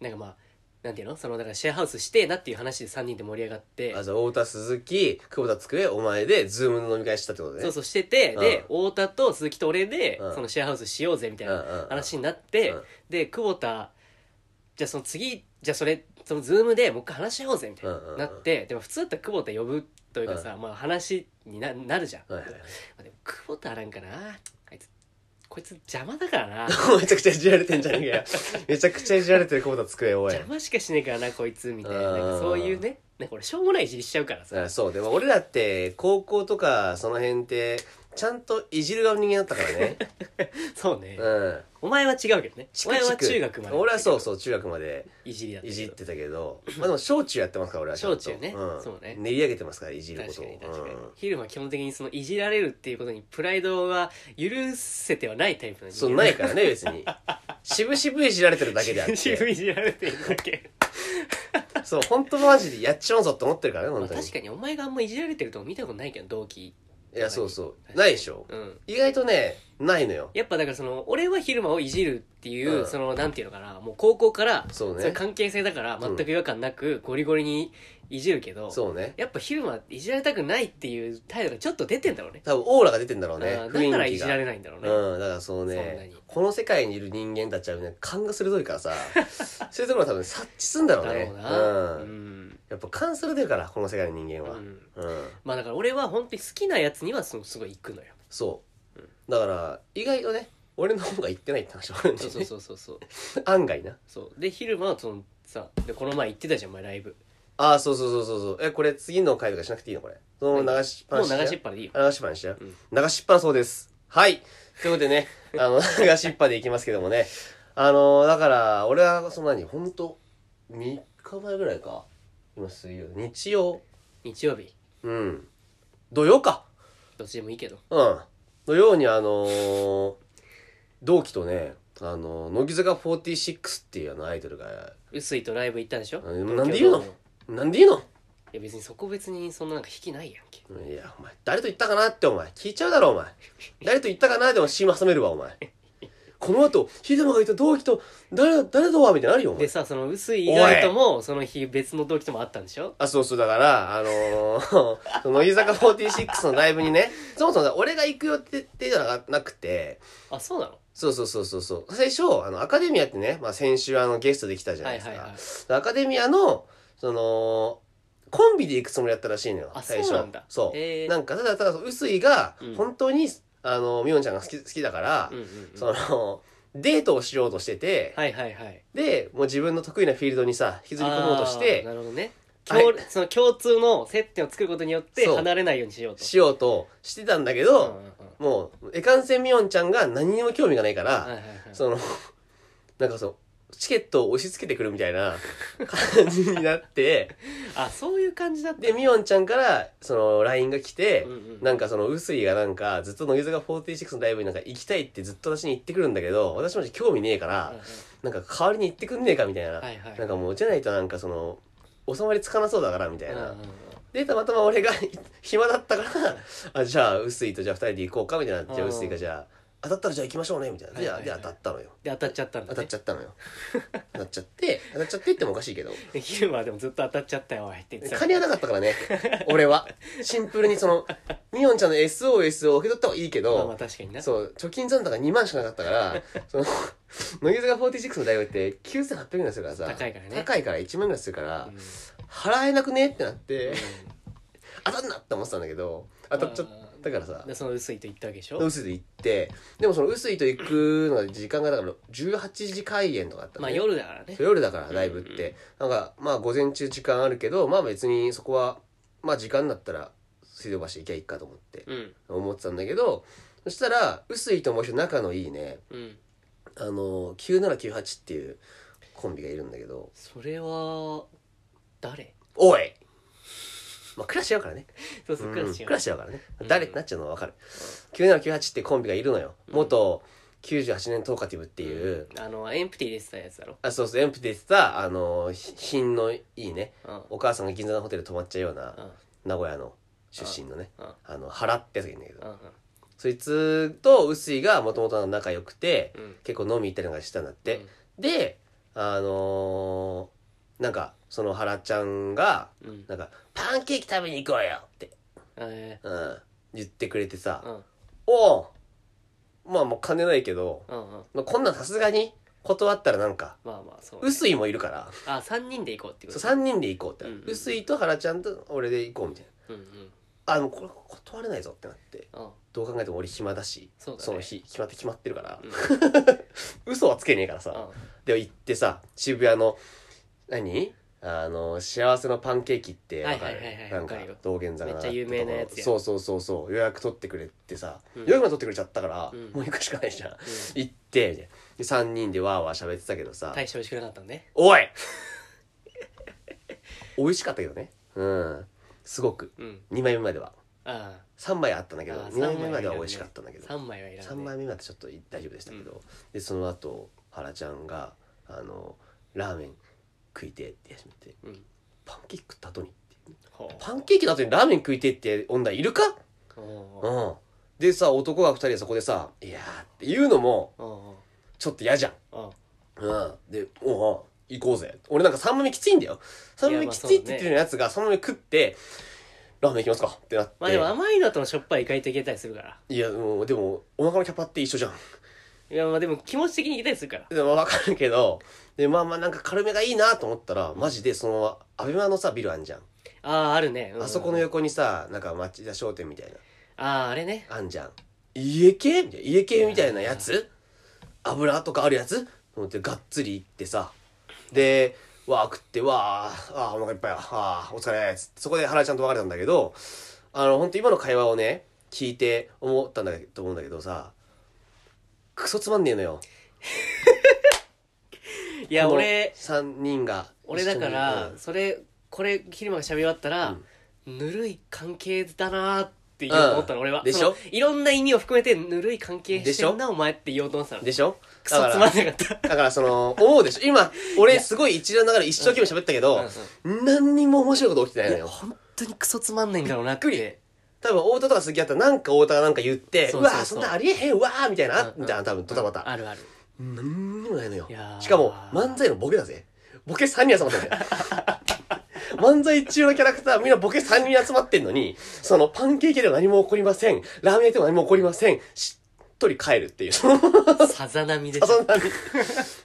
Speaker 2: なんかまあなんていうのそのだからシェアハウスしてえなっていう話で3人で盛り上がって
Speaker 1: あ、じゃあ、太田鈴木、久保田机、お前で、ズームの飲み会したってことね。
Speaker 2: そうそうしてて、で
Speaker 1: うん
Speaker 2: 太田と鈴木と俺で、
Speaker 1: うん
Speaker 2: そのシェアハウスしようぜみたい
Speaker 1: うんうんう
Speaker 2: なん話になって、
Speaker 1: うん
Speaker 2: で久保田じゃあその次じゃあそれそのズームでもう一回話し合おうぜみたい
Speaker 1: うんうんう
Speaker 2: なんなってでも普通だったら久保田呼ぶというかさ、まあ話にななるじゃん、
Speaker 1: はいはいはい。
Speaker 2: まあでも久保田あらんかなあいつこいつ邪魔だからな
Speaker 1: めちゃくちゃいじられてんじゃねえかよ。めちゃくちゃいじられてる久保田机、 おい。
Speaker 2: 邪魔しかしねえからなこいつみたいな
Speaker 1: うん
Speaker 2: なんかそういうねなんか俺しょうもないいじりしちゃうからさ
Speaker 1: あそう、でも俺らって、高校とか、その辺って、ちゃんといじる側の人間だったから ね。
Speaker 2: そうね、
Speaker 1: うん。
Speaker 2: お前は違うけどね
Speaker 1: チ
Speaker 2: お
Speaker 1: クチ
Speaker 2: 前
Speaker 1: ク
Speaker 2: は中学まで
Speaker 1: 俺はそうそう、中学まで
Speaker 2: いじりだった
Speaker 1: い
Speaker 2: け
Speaker 1: じっ
Speaker 2: ど
Speaker 1: てたけど、まあでも、小中やってますから、俺はちゃんと。
Speaker 2: 小中ね
Speaker 1: うん、
Speaker 2: そうね
Speaker 1: 練り上げてますから、いじるこ
Speaker 2: 確
Speaker 1: と
Speaker 2: か
Speaker 1: を。
Speaker 2: に確かに、
Speaker 1: うん
Speaker 2: 昼間基本的にそのいじられるっていうことにプライドは許せてはないタイプの
Speaker 1: そう、ないからね、別に。渋々いじられてるだけであっ
Speaker 2: 渋
Speaker 1: て。
Speaker 2: いじられてるだけ
Speaker 1: そう、本当マジでやっちまうぞって思ってるからね、
Speaker 2: まあ
Speaker 1: 本当に。
Speaker 2: 確かにお前があんまいじられてるとこ見たことないけど同期
Speaker 1: いや、そうそ
Speaker 2: 確か
Speaker 1: う。
Speaker 2: に
Speaker 1: ないでしょ
Speaker 2: うん
Speaker 1: 意外とね、ないのよ。
Speaker 2: やっぱだからその俺は昼間をいじるっていう、
Speaker 1: うん
Speaker 2: そのなんていうのかなもう高校から
Speaker 1: そうね
Speaker 2: れ関係性だから全く違和感なくゴリゴリにいじるけど、
Speaker 1: そうね。
Speaker 2: やっぱ昼間いじられたくないっていう態度がちょっと出てんだろうね
Speaker 1: 多分オーラが出てんだろうね
Speaker 2: あ。ー
Speaker 1: 雰
Speaker 2: だから
Speaker 1: 囲
Speaker 2: い
Speaker 1: 気
Speaker 2: じら
Speaker 1: が。
Speaker 2: れないんだろうね、
Speaker 1: うん、だからそう
Speaker 2: そんな
Speaker 1: ね
Speaker 2: に、
Speaker 1: この世界にいる人間たちはね、勘が鋭いから さ、そういうところは多分察知すんだろう
Speaker 2: だ
Speaker 1: ね。
Speaker 2: ろうな
Speaker 1: う。
Speaker 2: うんん、
Speaker 1: やっぱ勘鋭いから、この世界の人間
Speaker 2: う
Speaker 1: は。
Speaker 2: ん
Speaker 1: うん。
Speaker 2: まあだから俺は本当に好きなやつにはそのすごい行くのよ
Speaker 1: そう。だから、意外とね、俺の方が言ってないって話もあるんで
Speaker 2: そう
Speaker 1: す
Speaker 2: そう
Speaker 1: ね。
Speaker 2: そうそうそう
Speaker 1: 案外な。
Speaker 2: そうで昼間はそのさでこの前行ってたじゃんお前ライブ
Speaker 1: ああ、そうそうそうそうそう。え、これ次の回とかしなくていいのこれ。そのまま流しっぱ
Speaker 2: も
Speaker 1: なしだよ。
Speaker 2: う流しっぱでいいよ
Speaker 1: 流しっぱにしちゃう、
Speaker 2: う
Speaker 1: 流しっぱそうですはいということでねあの流しっぱでいきますけどもねあのだから俺はその何ほんと3日前ぐらいか今水曜日曜
Speaker 2: 日曜日
Speaker 1: うん土曜か
Speaker 2: どっちでもいいけど
Speaker 1: うん土曜にあのー同期とねあの乃木坂46っていうあのアイドルが
Speaker 2: 臼井とライブ行ったでしょ
Speaker 1: あなんで言うの
Speaker 2: 東京ドーム
Speaker 1: なんでいいの
Speaker 2: いや別にそこ別にそんななんか引きないやんけ
Speaker 1: いやお前誰と言ったかなってお前聞いちゃうだろお前誰と言ったかなでもシーマ挟めるわお前この後秀馬がいた同期と誰だ誰とはみたいになるよお
Speaker 2: で
Speaker 1: 前
Speaker 2: さその臼井以外ともその日別の同期ともあったんでしょ
Speaker 1: あそうそうだからあのー その乃木坂46のライブにねそもそもさ俺が行く予定ってじゃなくて
Speaker 2: あそうなの
Speaker 1: そうそうそうそうそう最初あのアカデミアってね、まあ、先週あのゲストで来たじゃな
Speaker 2: はい
Speaker 1: で
Speaker 2: い
Speaker 1: す
Speaker 2: は
Speaker 1: か、
Speaker 2: いはい
Speaker 1: アカデミアのそのコンビで行くつもりだったらしいのよ
Speaker 2: あ
Speaker 1: 最初
Speaker 2: そうなんだ
Speaker 1: そう
Speaker 2: へー
Speaker 1: なんかただただ臼井が
Speaker 2: うん
Speaker 1: 本当に、あのみおんちゃんが好き好きだから、
Speaker 2: うんうんうん
Speaker 1: そのデートをしようとしてて、
Speaker 2: はいはいはい
Speaker 1: でもう自分の得意なフィールドにさ引きずり込もうとし
Speaker 2: あー
Speaker 1: て
Speaker 2: なるほどね
Speaker 1: あれ
Speaker 2: 共その共通の接点を作ることによって
Speaker 1: そう
Speaker 2: 離れないようにしようと
Speaker 1: しようとしてたんだけ
Speaker 2: うん
Speaker 1: ど
Speaker 2: う、んうん
Speaker 1: もうえかんせんみおんちゃんが何にも興味がないから、
Speaker 2: はいはいはい
Speaker 1: そのなんかそうチケットを押し付けてくるみたいな感じになって。
Speaker 2: あそういう感じだった
Speaker 1: で、みおんちゃんから、その、LINE が来て、
Speaker 2: うんうん
Speaker 1: なんかその、臼井がなんか、ずっと乃木坂46のライブになんか行きたいってずっと私に言ってくるんだけど、私も興味ねえから、なんか代わりに行ってくんねえかみたいな。
Speaker 2: はいはい
Speaker 1: なんかもう、じゃないとなんかその、収まりつかなそうだから、みたいな。
Speaker 2: うんうんうん
Speaker 1: で、たまたま 俺が暇だったから、あ、じゃあ、臼井とじゃあ二人で行こうか、みたいな。じゃあ、臼井がじゃあ、当たったらじゃあ行きましょうねみたいな、
Speaker 2: はいはいはい
Speaker 1: でで当たったのよ
Speaker 2: で当たっちゃったんだ、ね、
Speaker 1: 当たっちゃったの よ当たっちゃって当たっちゃってってもおかしいけど
Speaker 2: で昼間でもずっと当たっちゃったよおいって言ってた
Speaker 1: 金はなかったからね俺はシンプルにそのみおんちゃんの SOS を受け取った方がいいけど、
Speaker 2: まあまあ確かにな
Speaker 1: そう貯金残高2万しかなかったから その乃木坂46の代表って9800円ぐらいするからさ
Speaker 2: 高いからね
Speaker 1: 高いから1万ぐらいするから、
Speaker 2: うん
Speaker 1: 払えなくねってなって、当たんなって思ってたんだけど当たっちゃったからさ
Speaker 2: でその薄いと言ったわけでしょ
Speaker 1: 薄井と行ってでもその薄井と行くのが時間がだから18時開演とかあったの
Speaker 2: まあ
Speaker 1: ね
Speaker 2: 夜だからね
Speaker 1: そう夜だからライブって、なんかまあ午前中時間あるけどまあ別にそこはまあ時間になったら水道橋行きゃいいかと思って
Speaker 2: うん
Speaker 1: 思ってたんだけどそしたら臼井ともう一人仲のいいね
Speaker 2: うん
Speaker 1: あの9798っていうコンビがいるんだけど
Speaker 2: それは誰
Speaker 1: おいまあクラッシュやからね
Speaker 2: そうそうクラ
Speaker 1: うん
Speaker 2: ス違う
Speaker 1: クラッシュだからね、
Speaker 2: うん
Speaker 1: 誰ってなっちゃうのは分かる9798ってコンビがいるのよ、
Speaker 2: うん
Speaker 1: 元98年トーカティブっていう、
Speaker 2: うんあのエンプティでしたやつだろ
Speaker 1: あそうそうエンプティって言ってたあのひ品のいいね
Speaker 2: うん
Speaker 1: お母さんが銀座のホテル泊まっちゃうような
Speaker 2: うん
Speaker 1: 名古屋の出身のね
Speaker 2: うん
Speaker 1: あの原ってやつがいるんだけど
Speaker 2: うん
Speaker 1: そいつと臼井がもともと仲良くて
Speaker 2: うん
Speaker 1: 結構飲み行ったりなんかしてたんだって、
Speaker 2: うん
Speaker 1: であのーなんかその原ちゃんが
Speaker 2: うん
Speaker 1: なんか「パンケーキ食べに行こうよ」って、
Speaker 2: え
Speaker 1: うん、言ってくれてさ
Speaker 2: ーうん
Speaker 1: 「おおまあもう金ないけど、
Speaker 2: うんうん
Speaker 1: まあ、こんなんさすがに断ったらなんか
Speaker 2: まあまあそうね
Speaker 1: 臼井もいるから
Speaker 2: あ三人で行こうっていう
Speaker 1: そ
Speaker 2: こ
Speaker 1: う
Speaker 2: と
Speaker 1: 3人で行こうってなる
Speaker 2: うんうん
Speaker 1: 臼井と原ちゃんと俺で行こうみたいな
Speaker 2: うんうん
Speaker 1: あもうこれ断れないぞってなって
Speaker 2: うん
Speaker 1: どう考えても俺暇だし
Speaker 2: そうだね
Speaker 1: の日決まって決まってるから
Speaker 2: う、ん
Speaker 1: 嘘はつけねえからさ、で行ってさ渋谷の何あの幸せのパンケーキってわかる、
Speaker 2: はいはいはいはい
Speaker 1: なん
Speaker 2: わ
Speaker 1: か
Speaker 2: かるよ
Speaker 1: 道玄坂
Speaker 2: めっちゃ有名なやつや
Speaker 1: そうそうそうそう予約取ってくれってさ、
Speaker 2: うん
Speaker 1: 予約まで取ってくれちゃったから、
Speaker 2: うん
Speaker 1: もう行くしかないじゃん、
Speaker 2: ん
Speaker 1: 行ってみたいなで3人でわーわー喋ってたけどさ、
Speaker 2: 大して美味しくなかったのね
Speaker 1: おい 美味しかったけどねうんすごく
Speaker 2: うん
Speaker 1: 2枚目までは
Speaker 2: あ
Speaker 1: 3枚あったんだけど
Speaker 2: あー
Speaker 1: 2枚目
Speaker 2: 三枚
Speaker 1: ま
Speaker 2: はいらんね
Speaker 1: では美味しかったんだけど
Speaker 2: 3枚はいらんね
Speaker 1: 3枚目までちょっと大丈夫でしたけど、でその後原ちゃんがあのラーメン食いてえって言い始めて
Speaker 2: うん
Speaker 1: パンケーキ食った後にっていうね
Speaker 2: ほう
Speaker 1: パンケーキの後にラーメン食いてえって女いるか
Speaker 2: おう
Speaker 1: うんでさ男が2人でそこでさ「いやー」って言うのも
Speaker 2: おうおう
Speaker 1: ちょっと嫌じゃん
Speaker 2: おう
Speaker 1: うんで「おう行こうぜ」俺なんか3枚目きついんだよ3枚目きついって言ってるようなやつが3枚目食って「ラーメン行きますか」ってなって、
Speaker 2: まあでも甘いのとしょっぱい意外といけたりするから
Speaker 1: いやもうでもお腹のキャパって一緒じゃん
Speaker 2: いやまあでも気持ち的にいけたりするから
Speaker 1: でも分かるけどでまあまあなんか軽めがいいなと思ったらマジでそのままアベマのさビルあんじゃん、
Speaker 2: あああるね、うん
Speaker 1: あそこの横にさなんか町田商店みたいな
Speaker 2: あああれね
Speaker 1: あんじゃん家系みたいな家系みたいなやつ油とかあるやつと思ってがっつり行ってさでわあ食ってわああーお腹いっぱいやあーお疲れっつってそこで原ちゃんと別れたんだけどあの本当今の会話をね聞いて思ったんだけどと思うんだけどさクソつまんねえのよ
Speaker 2: いや
Speaker 1: この
Speaker 2: 俺
Speaker 1: 3人が
Speaker 2: 俺だか
Speaker 1: 一緒
Speaker 2: ら
Speaker 1: に
Speaker 2: それこれ昼間が喋り終わったら、ぬるい関係だなーって言おうと思ったの、
Speaker 1: うん
Speaker 2: 俺は
Speaker 1: でしょ
Speaker 2: そのいろんな意味を含めてぬるい関係してんなお前って言おうと思ってた
Speaker 1: う
Speaker 2: の
Speaker 1: んでしょ
Speaker 2: ク
Speaker 1: だ
Speaker 2: ソ
Speaker 1: か
Speaker 2: つま
Speaker 1: ら
Speaker 2: んなかった
Speaker 1: だからその思うでしょ今俺すごい一覧だから一生懸命喋ったけど、何にも面白いこと起きてないの
Speaker 2: いや
Speaker 1: よ
Speaker 2: 本当にクソつまんないんだろうなって
Speaker 1: びっ多分太田とか杉谷だったらなんか太田がなんか言って
Speaker 2: そううそう
Speaker 1: わ
Speaker 2: そう
Speaker 1: ーそんなありえへんわーみたいな、
Speaker 2: うんうん
Speaker 1: みたいな多分ドタバタ
Speaker 2: あるある
Speaker 1: 何にもないのよ
Speaker 2: いやー
Speaker 1: しかも漫才のボケだぜボケ3人集まってんだよ漫才中のキャラクターみんなボケ3人集まってんのにそのパンケーキでは何も起こりませんラーメン屋でも何も起こりませんしっとり帰るっていうその
Speaker 2: さざ波でし
Speaker 1: あそ
Speaker 2: ょ
Speaker 1: んなに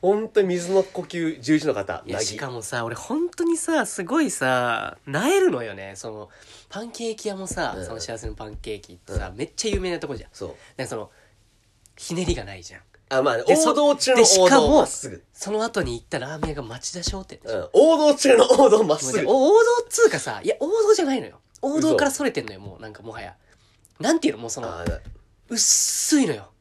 Speaker 1: 本当に水の呼吸十字の方
Speaker 2: いや
Speaker 1: なぎ
Speaker 2: しかもさ俺本当にさすごいさなえるのよねそのパンケーキ屋もさ、
Speaker 1: うん
Speaker 2: その幸せのパンケーキってさ、めっちゃ有名なとこじゃん
Speaker 1: そう
Speaker 2: なんかそのひねりがないじゃん
Speaker 1: あまあね
Speaker 2: でそ
Speaker 1: 王道中の
Speaker 2: でし
Speaker 1: 王
Speaker 2: か
Speaker 1: 道
Speaker 2: も
Speaker 1: まっすぐ、
Speaker 2: その後に行ったラーメン屋が町田商店でし
Speaker 1: う
Speaker 2: ょ
Speaker 1: ん、王道中の王道まっす
Speaker 2: もう
Speaker 1: ぐ
Speaker 2: ねお王道っつうかさいや王道じゃないのよ王道からそれてんのよもうなんかもはやなんていうのもうその
Speaker 1: あーな
Speaker 2: 薄いのよ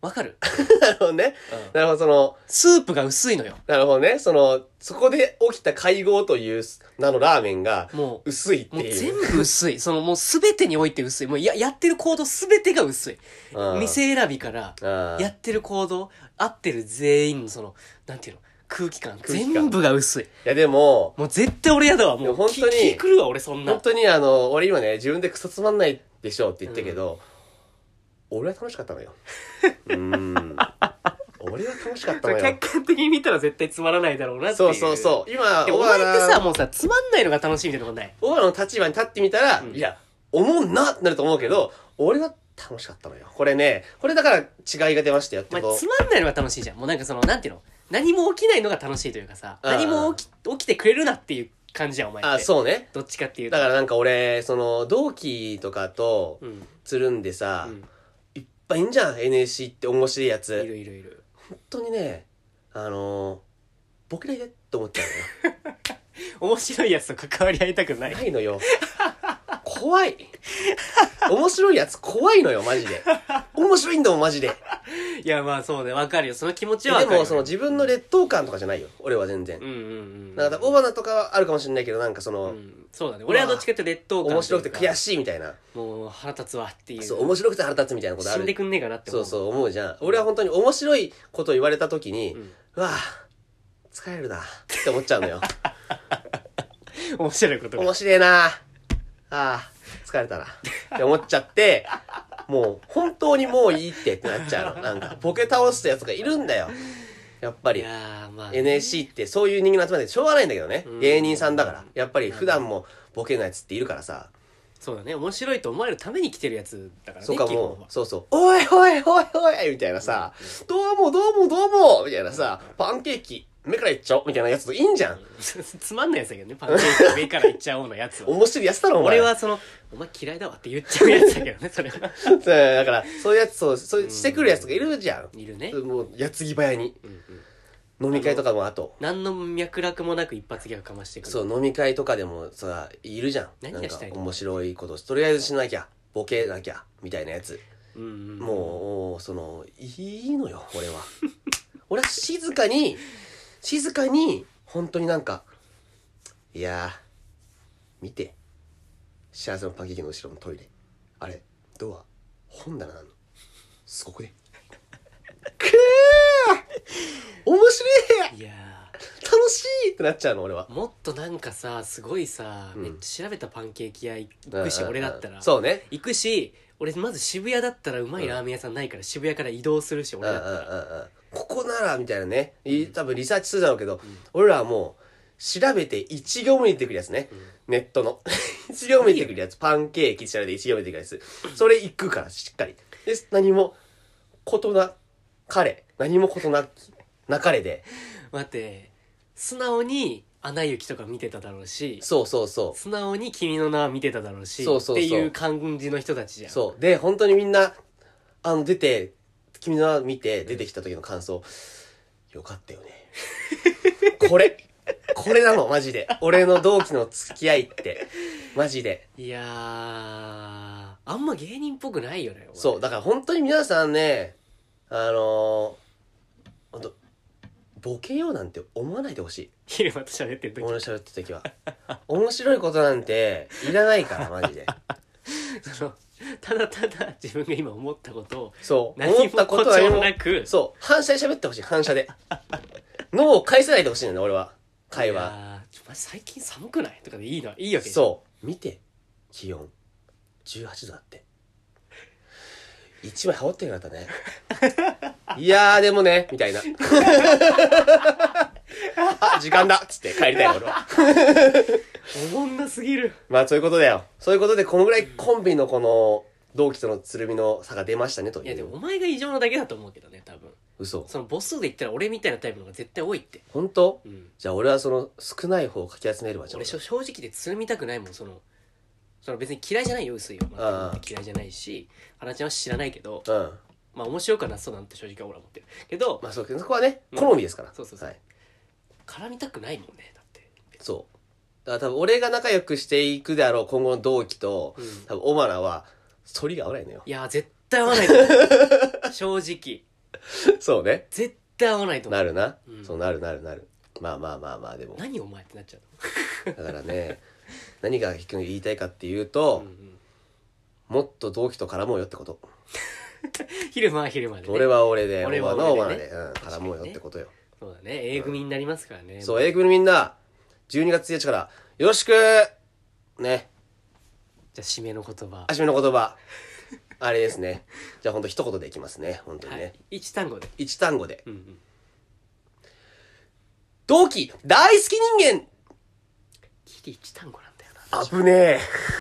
Speaker 2: わかる、
Speaker 1: なる ほどねなるほどその
Speaker 2: スープが薄いのよ
Speaker 1: なるほどねそのそこで起きた会合という名のラーメンが
Speaker 2: もう
Speaker 1: 薄いって
Speaker 2: もう
Speaker 1: い
Speaker 2: 全
Speaker 1: う
Speaker 2: 部薄い。そのもう全てにおいて薄い。もうややってる行動全てが薄い。
Speaker 1: うん
Speaker 2: 店選びから、
Speaker 1: あー
Speaker 2: やってる行動、合ってる全員のその、なんていうの、空気感。
Speaker 1: 気感
Speaker 2: 全部が薄い。
Speaker 1: いやでも
Speaker 2: もう絶対俺やだわ。
Speaker 1: で
Speaker 2: も
Speaker 1: も
Speaker 2: う
Speaker 1: 本当に
Speaker 2: 気気狂うわ、俺そんな。
Speaker 1: 本当にあの俺今ね自分でクソつまんないでしょうって言ったけど、俺は楽しかったのよ うん俺は楽しかったのよ
Speaker 2: 客観的に見たら絶対つまらないだろうなってい
Speaker 1: そうそうそう今
Speaker 2: でお前って
Speaker 1: オ
Speaker 2: さ
Speaker 1: アラ
Speaker 2: もうさつまんないのが楽しみみたいなとこない
Speaker 1: オアラの立場に立ってみたら、
Speaker 2: うん
Speaker 1: いや思うなってなると思うけど俺は楽しかったのよこれねこれだから違いが出ましたよって
Speaker 2: お前
Speaker 1: こと
Speaker 2: つまんないのが楽しいじゃんもうなんかそのなんていうの何も起きないのが楽しいというかさ
Speaker 1: うん
Speaker 2: 何も起き起きてくれるなっていう感じじゃんお前って
Speaker 1: あそうね
Speaker 2: どっちかっていうと
Speaker 1: だからなんか俺その同期とかと
Speaker 2: うん、
Speaker 1: つるんでさ、
Speaker 2: うん
Speaker 1: いっぱいいんじゃん NSC って面白いや
Speaker 2: い
Speaker 1: つ
Speaker 2: るいるいる
Speaker 1: 本当にねあのー、ボケないでって思ったのよ
Speaker 2: 面白いやつと関わり合いたくない
Speaker 1: ないのよ。怖い。面白いやつ怖いのよ、マジで。面白いんだもん、マジで。
Speaker 2: いやまあそうねわかるよその気持ちはわ
Speaker 1: で
Speaker 2: かるよ
Speaker 1: も、その自分の劣等感とかじゃないよ、俺は全然
Speaker 2: う。んうんうん
Speaker 1: なんか、オバナとかはあるかもしれないけど、なんかそうの、
Speaker 2: んそうだね俺はどっちかっていうと劣等感
Speaker 1: 面白くて悔
Speaker 2: い
Speaker 1: しいみたいな。
Speaker 2: もう腹立つわっていう
Speaker 1: そう、面白くて腹立つみたいなことあ
Speaker 2: 死んで
Speaker 1: る。
Speaker 2: くんねえかなって
Speaker 1: そ
Speaker 2: 思う
Speaker 1: うそう、思うじゃん。俺は本当に面白いこと言われた時に、
Speaker 2: ん
Speaker 1: うわぁ、疲れるなって思っちゃうのよ。
Speaker 2: 面白 いことが
Speaker 1: 面白いなああ疲れたなって思っちゃってもう本当にもういいってってなっちゃうのなんかボケ倒すやつがいるんだよやっぱ
Speaker 2: い
Speaker 1: り
Speaker 2: やーまあね
Speaker 1: NSC ってそういう人間の集まりでしょうがないんだけどね
Speaker 2: うん
Speaker 1: 芸人さんだからやっぱり普段もボケのやつっているからさ
Speaker 2: そうだね面白いと思えるために来てるやつだからね
Speaker 1: そうか
Speaker 2: 基本
Speaker 1: もう
Speaker 2: は
Speaker 1: そうそう「おいおいおいおい」みたいなさ「どうもどうもどうも」みたいなさ「パンケーキ目からいっちゃおう」みたいなやつといいんじゃん
Speaker 2: つまんないやつだけどねパンケーキ上からいっちゃおうのやつは
Speaker 1: 面白いやつだろお前
Speaker 2: 俺はその「お前嫌いだわ」って言っちゃうやつだけどねそれは
Speaker 1: そうだからそういうやつそうそうしてくるやつとかいるじゃん
Speaker 2: いるね、
Speaker 1: もう矢継ぎ早に
Speaker 2: うんうん、
Speaker 1: 飲み会とかもあと
Speaker 2: 何の脈絡もなく一発ギャグかましてくる
Speaker 1: そう飲み会とかでもさいるじゃん
Speaker 2: 何
Speaker 1: な
Speaker 2: が
Speaker 1: んか
Speaker 2: したいの
Speaker 1: 面白いこととりあえずしなきゃボケなきゃみたいなやつ、
Speaker 2: うんうん、
Speaker 1: もうもうそのいいのよ俺は 俺は静かに静かに本当になんかいやー見て幸せのパンケーキの後ろのトイレあれドア本棚なのすごくねくー面白い
Speaker 2: いや
Speaker 1: 楽しいってなっちゃうの俺は
Speaker 2: ーもっとなんかさすごいさ、
Speaker 1: うん
Speaker 2: めっちゃ調べたパンケーキ屋行くし、俺だったら
Speaker 1: そうね
Speaker 2: 行くし俺まず渋谷だったらうまいラーメン屋さんないから渋谷から移動するし
Speaker 1: うん
Speaker 2: 俺
Speaker 1: うんう
Speaker 2: だ
Speaker 1: ん
Speaker 2: ったら
Speaker 1: うんここならみたいなねい多分リサーチするだろうけど、俺らはもう調べて1行目に出てくるやつね、ネットの 1行目に出てくるやつパンケーキ調べて1行目に出てくるやつそれ行くからしっかりで何も事な彼何も事なきなかれで
Speaker 2: 待って素直に「アナ雪」とか見てただろうし
Speaker 1: そうそうそう
Speaker 2: 素直に「君の名は見てただろうし
Speaker 1: そうそうそう
Speaker 2: っていう感じの人たちじゃん
Speaker 1: そう。で、本当にみんな、あの、出て、君の名を見て、出てきた時の感想、よかったよね。 これ、これなの、マジで。俺の同期の付き合いって、マジで。
Speaker 2: いやーあんま芸人っぽくないよねお前
Speaker 1: そう。だから本当に皆さんね、あのー、本当ボケようなんて思わないでほしい。
Speaker 2: 昼間と喋ってる時
Speaker 1: 俺の喋ってる時は。面白いことなんて、いらないから、マジで。
Speaker 2: そのただただ自分が今思ったことを
Speaker 1: そう。
Speaker 2: 何
Speaker 1: 思
Speaker 2: も
Speaker 1: ったこと
Speaker 2: 誇
Speaker 1: は
Speaker 2: 張
Speaker 1: も
Speaker 2: なく
Speaker 1: そう。反射で喋ってほしい、反射で。脳を返さないでほしいんだよね、俺は。会
Speaker 2: い
Speaker 1: 話。
Speaker 2: やーちょマジ最近寒くないとかでいいのいいわけう
Speaker 1: そう。見て、気温。18度だって。一枚羽織ってるかったね。 いやー、でもね、みたいな。あ、時間だっつって帰りたい、俺は。
Speaker 2: おもんなすぎる
Speaker 1: まあ、そういうことだよ。そういうことで、このぐらいコンビのこの、同期とのつるみの差が出ましたね、という。
Speaker 2: いやでもお前が異常なだけだと思うけどね多分
Speaker 1: 嘘。
Speaker 2: その母数で言ったら俺みたいなタイプの方が絶対多いって
Speaker 1: 本当
Speaker 2: うん
Speaker 1: じゃあ、俺はその、少ない方をかき集めるわ、じゃあ
Speaker 2: 俺しょ正直でつるみたくないもんそのその別に嫌いじゃないよ薄いよ、
Speaker 1: ああ
Speaker 2: 全く嫌いじゃないし花ちゃんは知らないけど
Speaker 1: うん。
Speaker 2: まあ面白くはなそうなんて正直俺は思ってるけど、
Speaker 1: まあそうですねそこはね、
Speaker 2: うん
Speaker 1: 好みですから。
Speaker 2: そうそうそう
Speaker 1: はい。
Speaker 2: 絡みたくないもんねだって
Speaker 1: そう。だから多分俺が仲良くしていくであろう今後の同期と、
Speaker 2: うん
Speaker 1: 多分オマナは、反りが合わない のよ。
Speaker 2: いや絶対合わないと思 う正直
Speaker 1: そうね。
Speaker 2: 絶対合わないと思
Speaker 1: な
Speaker 2: う
Speaker 1: るな。
Speaker 2: うん
Speaker 1: そうなるなるなる。まあまあまあまあ、でも。
Speaker 2: 何お前ってなっちゃう
Speaker 1: だからね、 何が結局言いたいかっていう
Speaker 2: の、
Speaker 1: と
Speaker 2: うん、う
Speaker 1: もっと同期と絡もうよってこと。
Speaker 2: ん、昼間は昼間で、ね、
Speaker 1: 俺は俺で、オ
Speaker 2: 俺
Speaker 1: マ
Speaker 2: は
Speaker 1: ナはオマナ
Speaker 2: 俺
Speaker 1: で、
Speaker 2: でね
Speaker 1: うん、絡もうよってことよ。
Speaker 2: そうだね A 組になりますからね、
Speaker 1: そう、A 組のみんな、12月1日から、よろしくね、
Speaker 2: じゃあ締めの言葉
Speaker 1: 初めの言葉。あれですね。じゃあ本当一言でいきますね。本当に
Speaker 2: は
Speaker 1: ね。
Speaker 2: い、一単語で、
Speaker 1: 一単語で。
Speaker 2: うんうん、
Speaker 1: 同期大好き人
Speaker 2: ギリ一単語なんだよな
Speaker 1: 間危ねえ。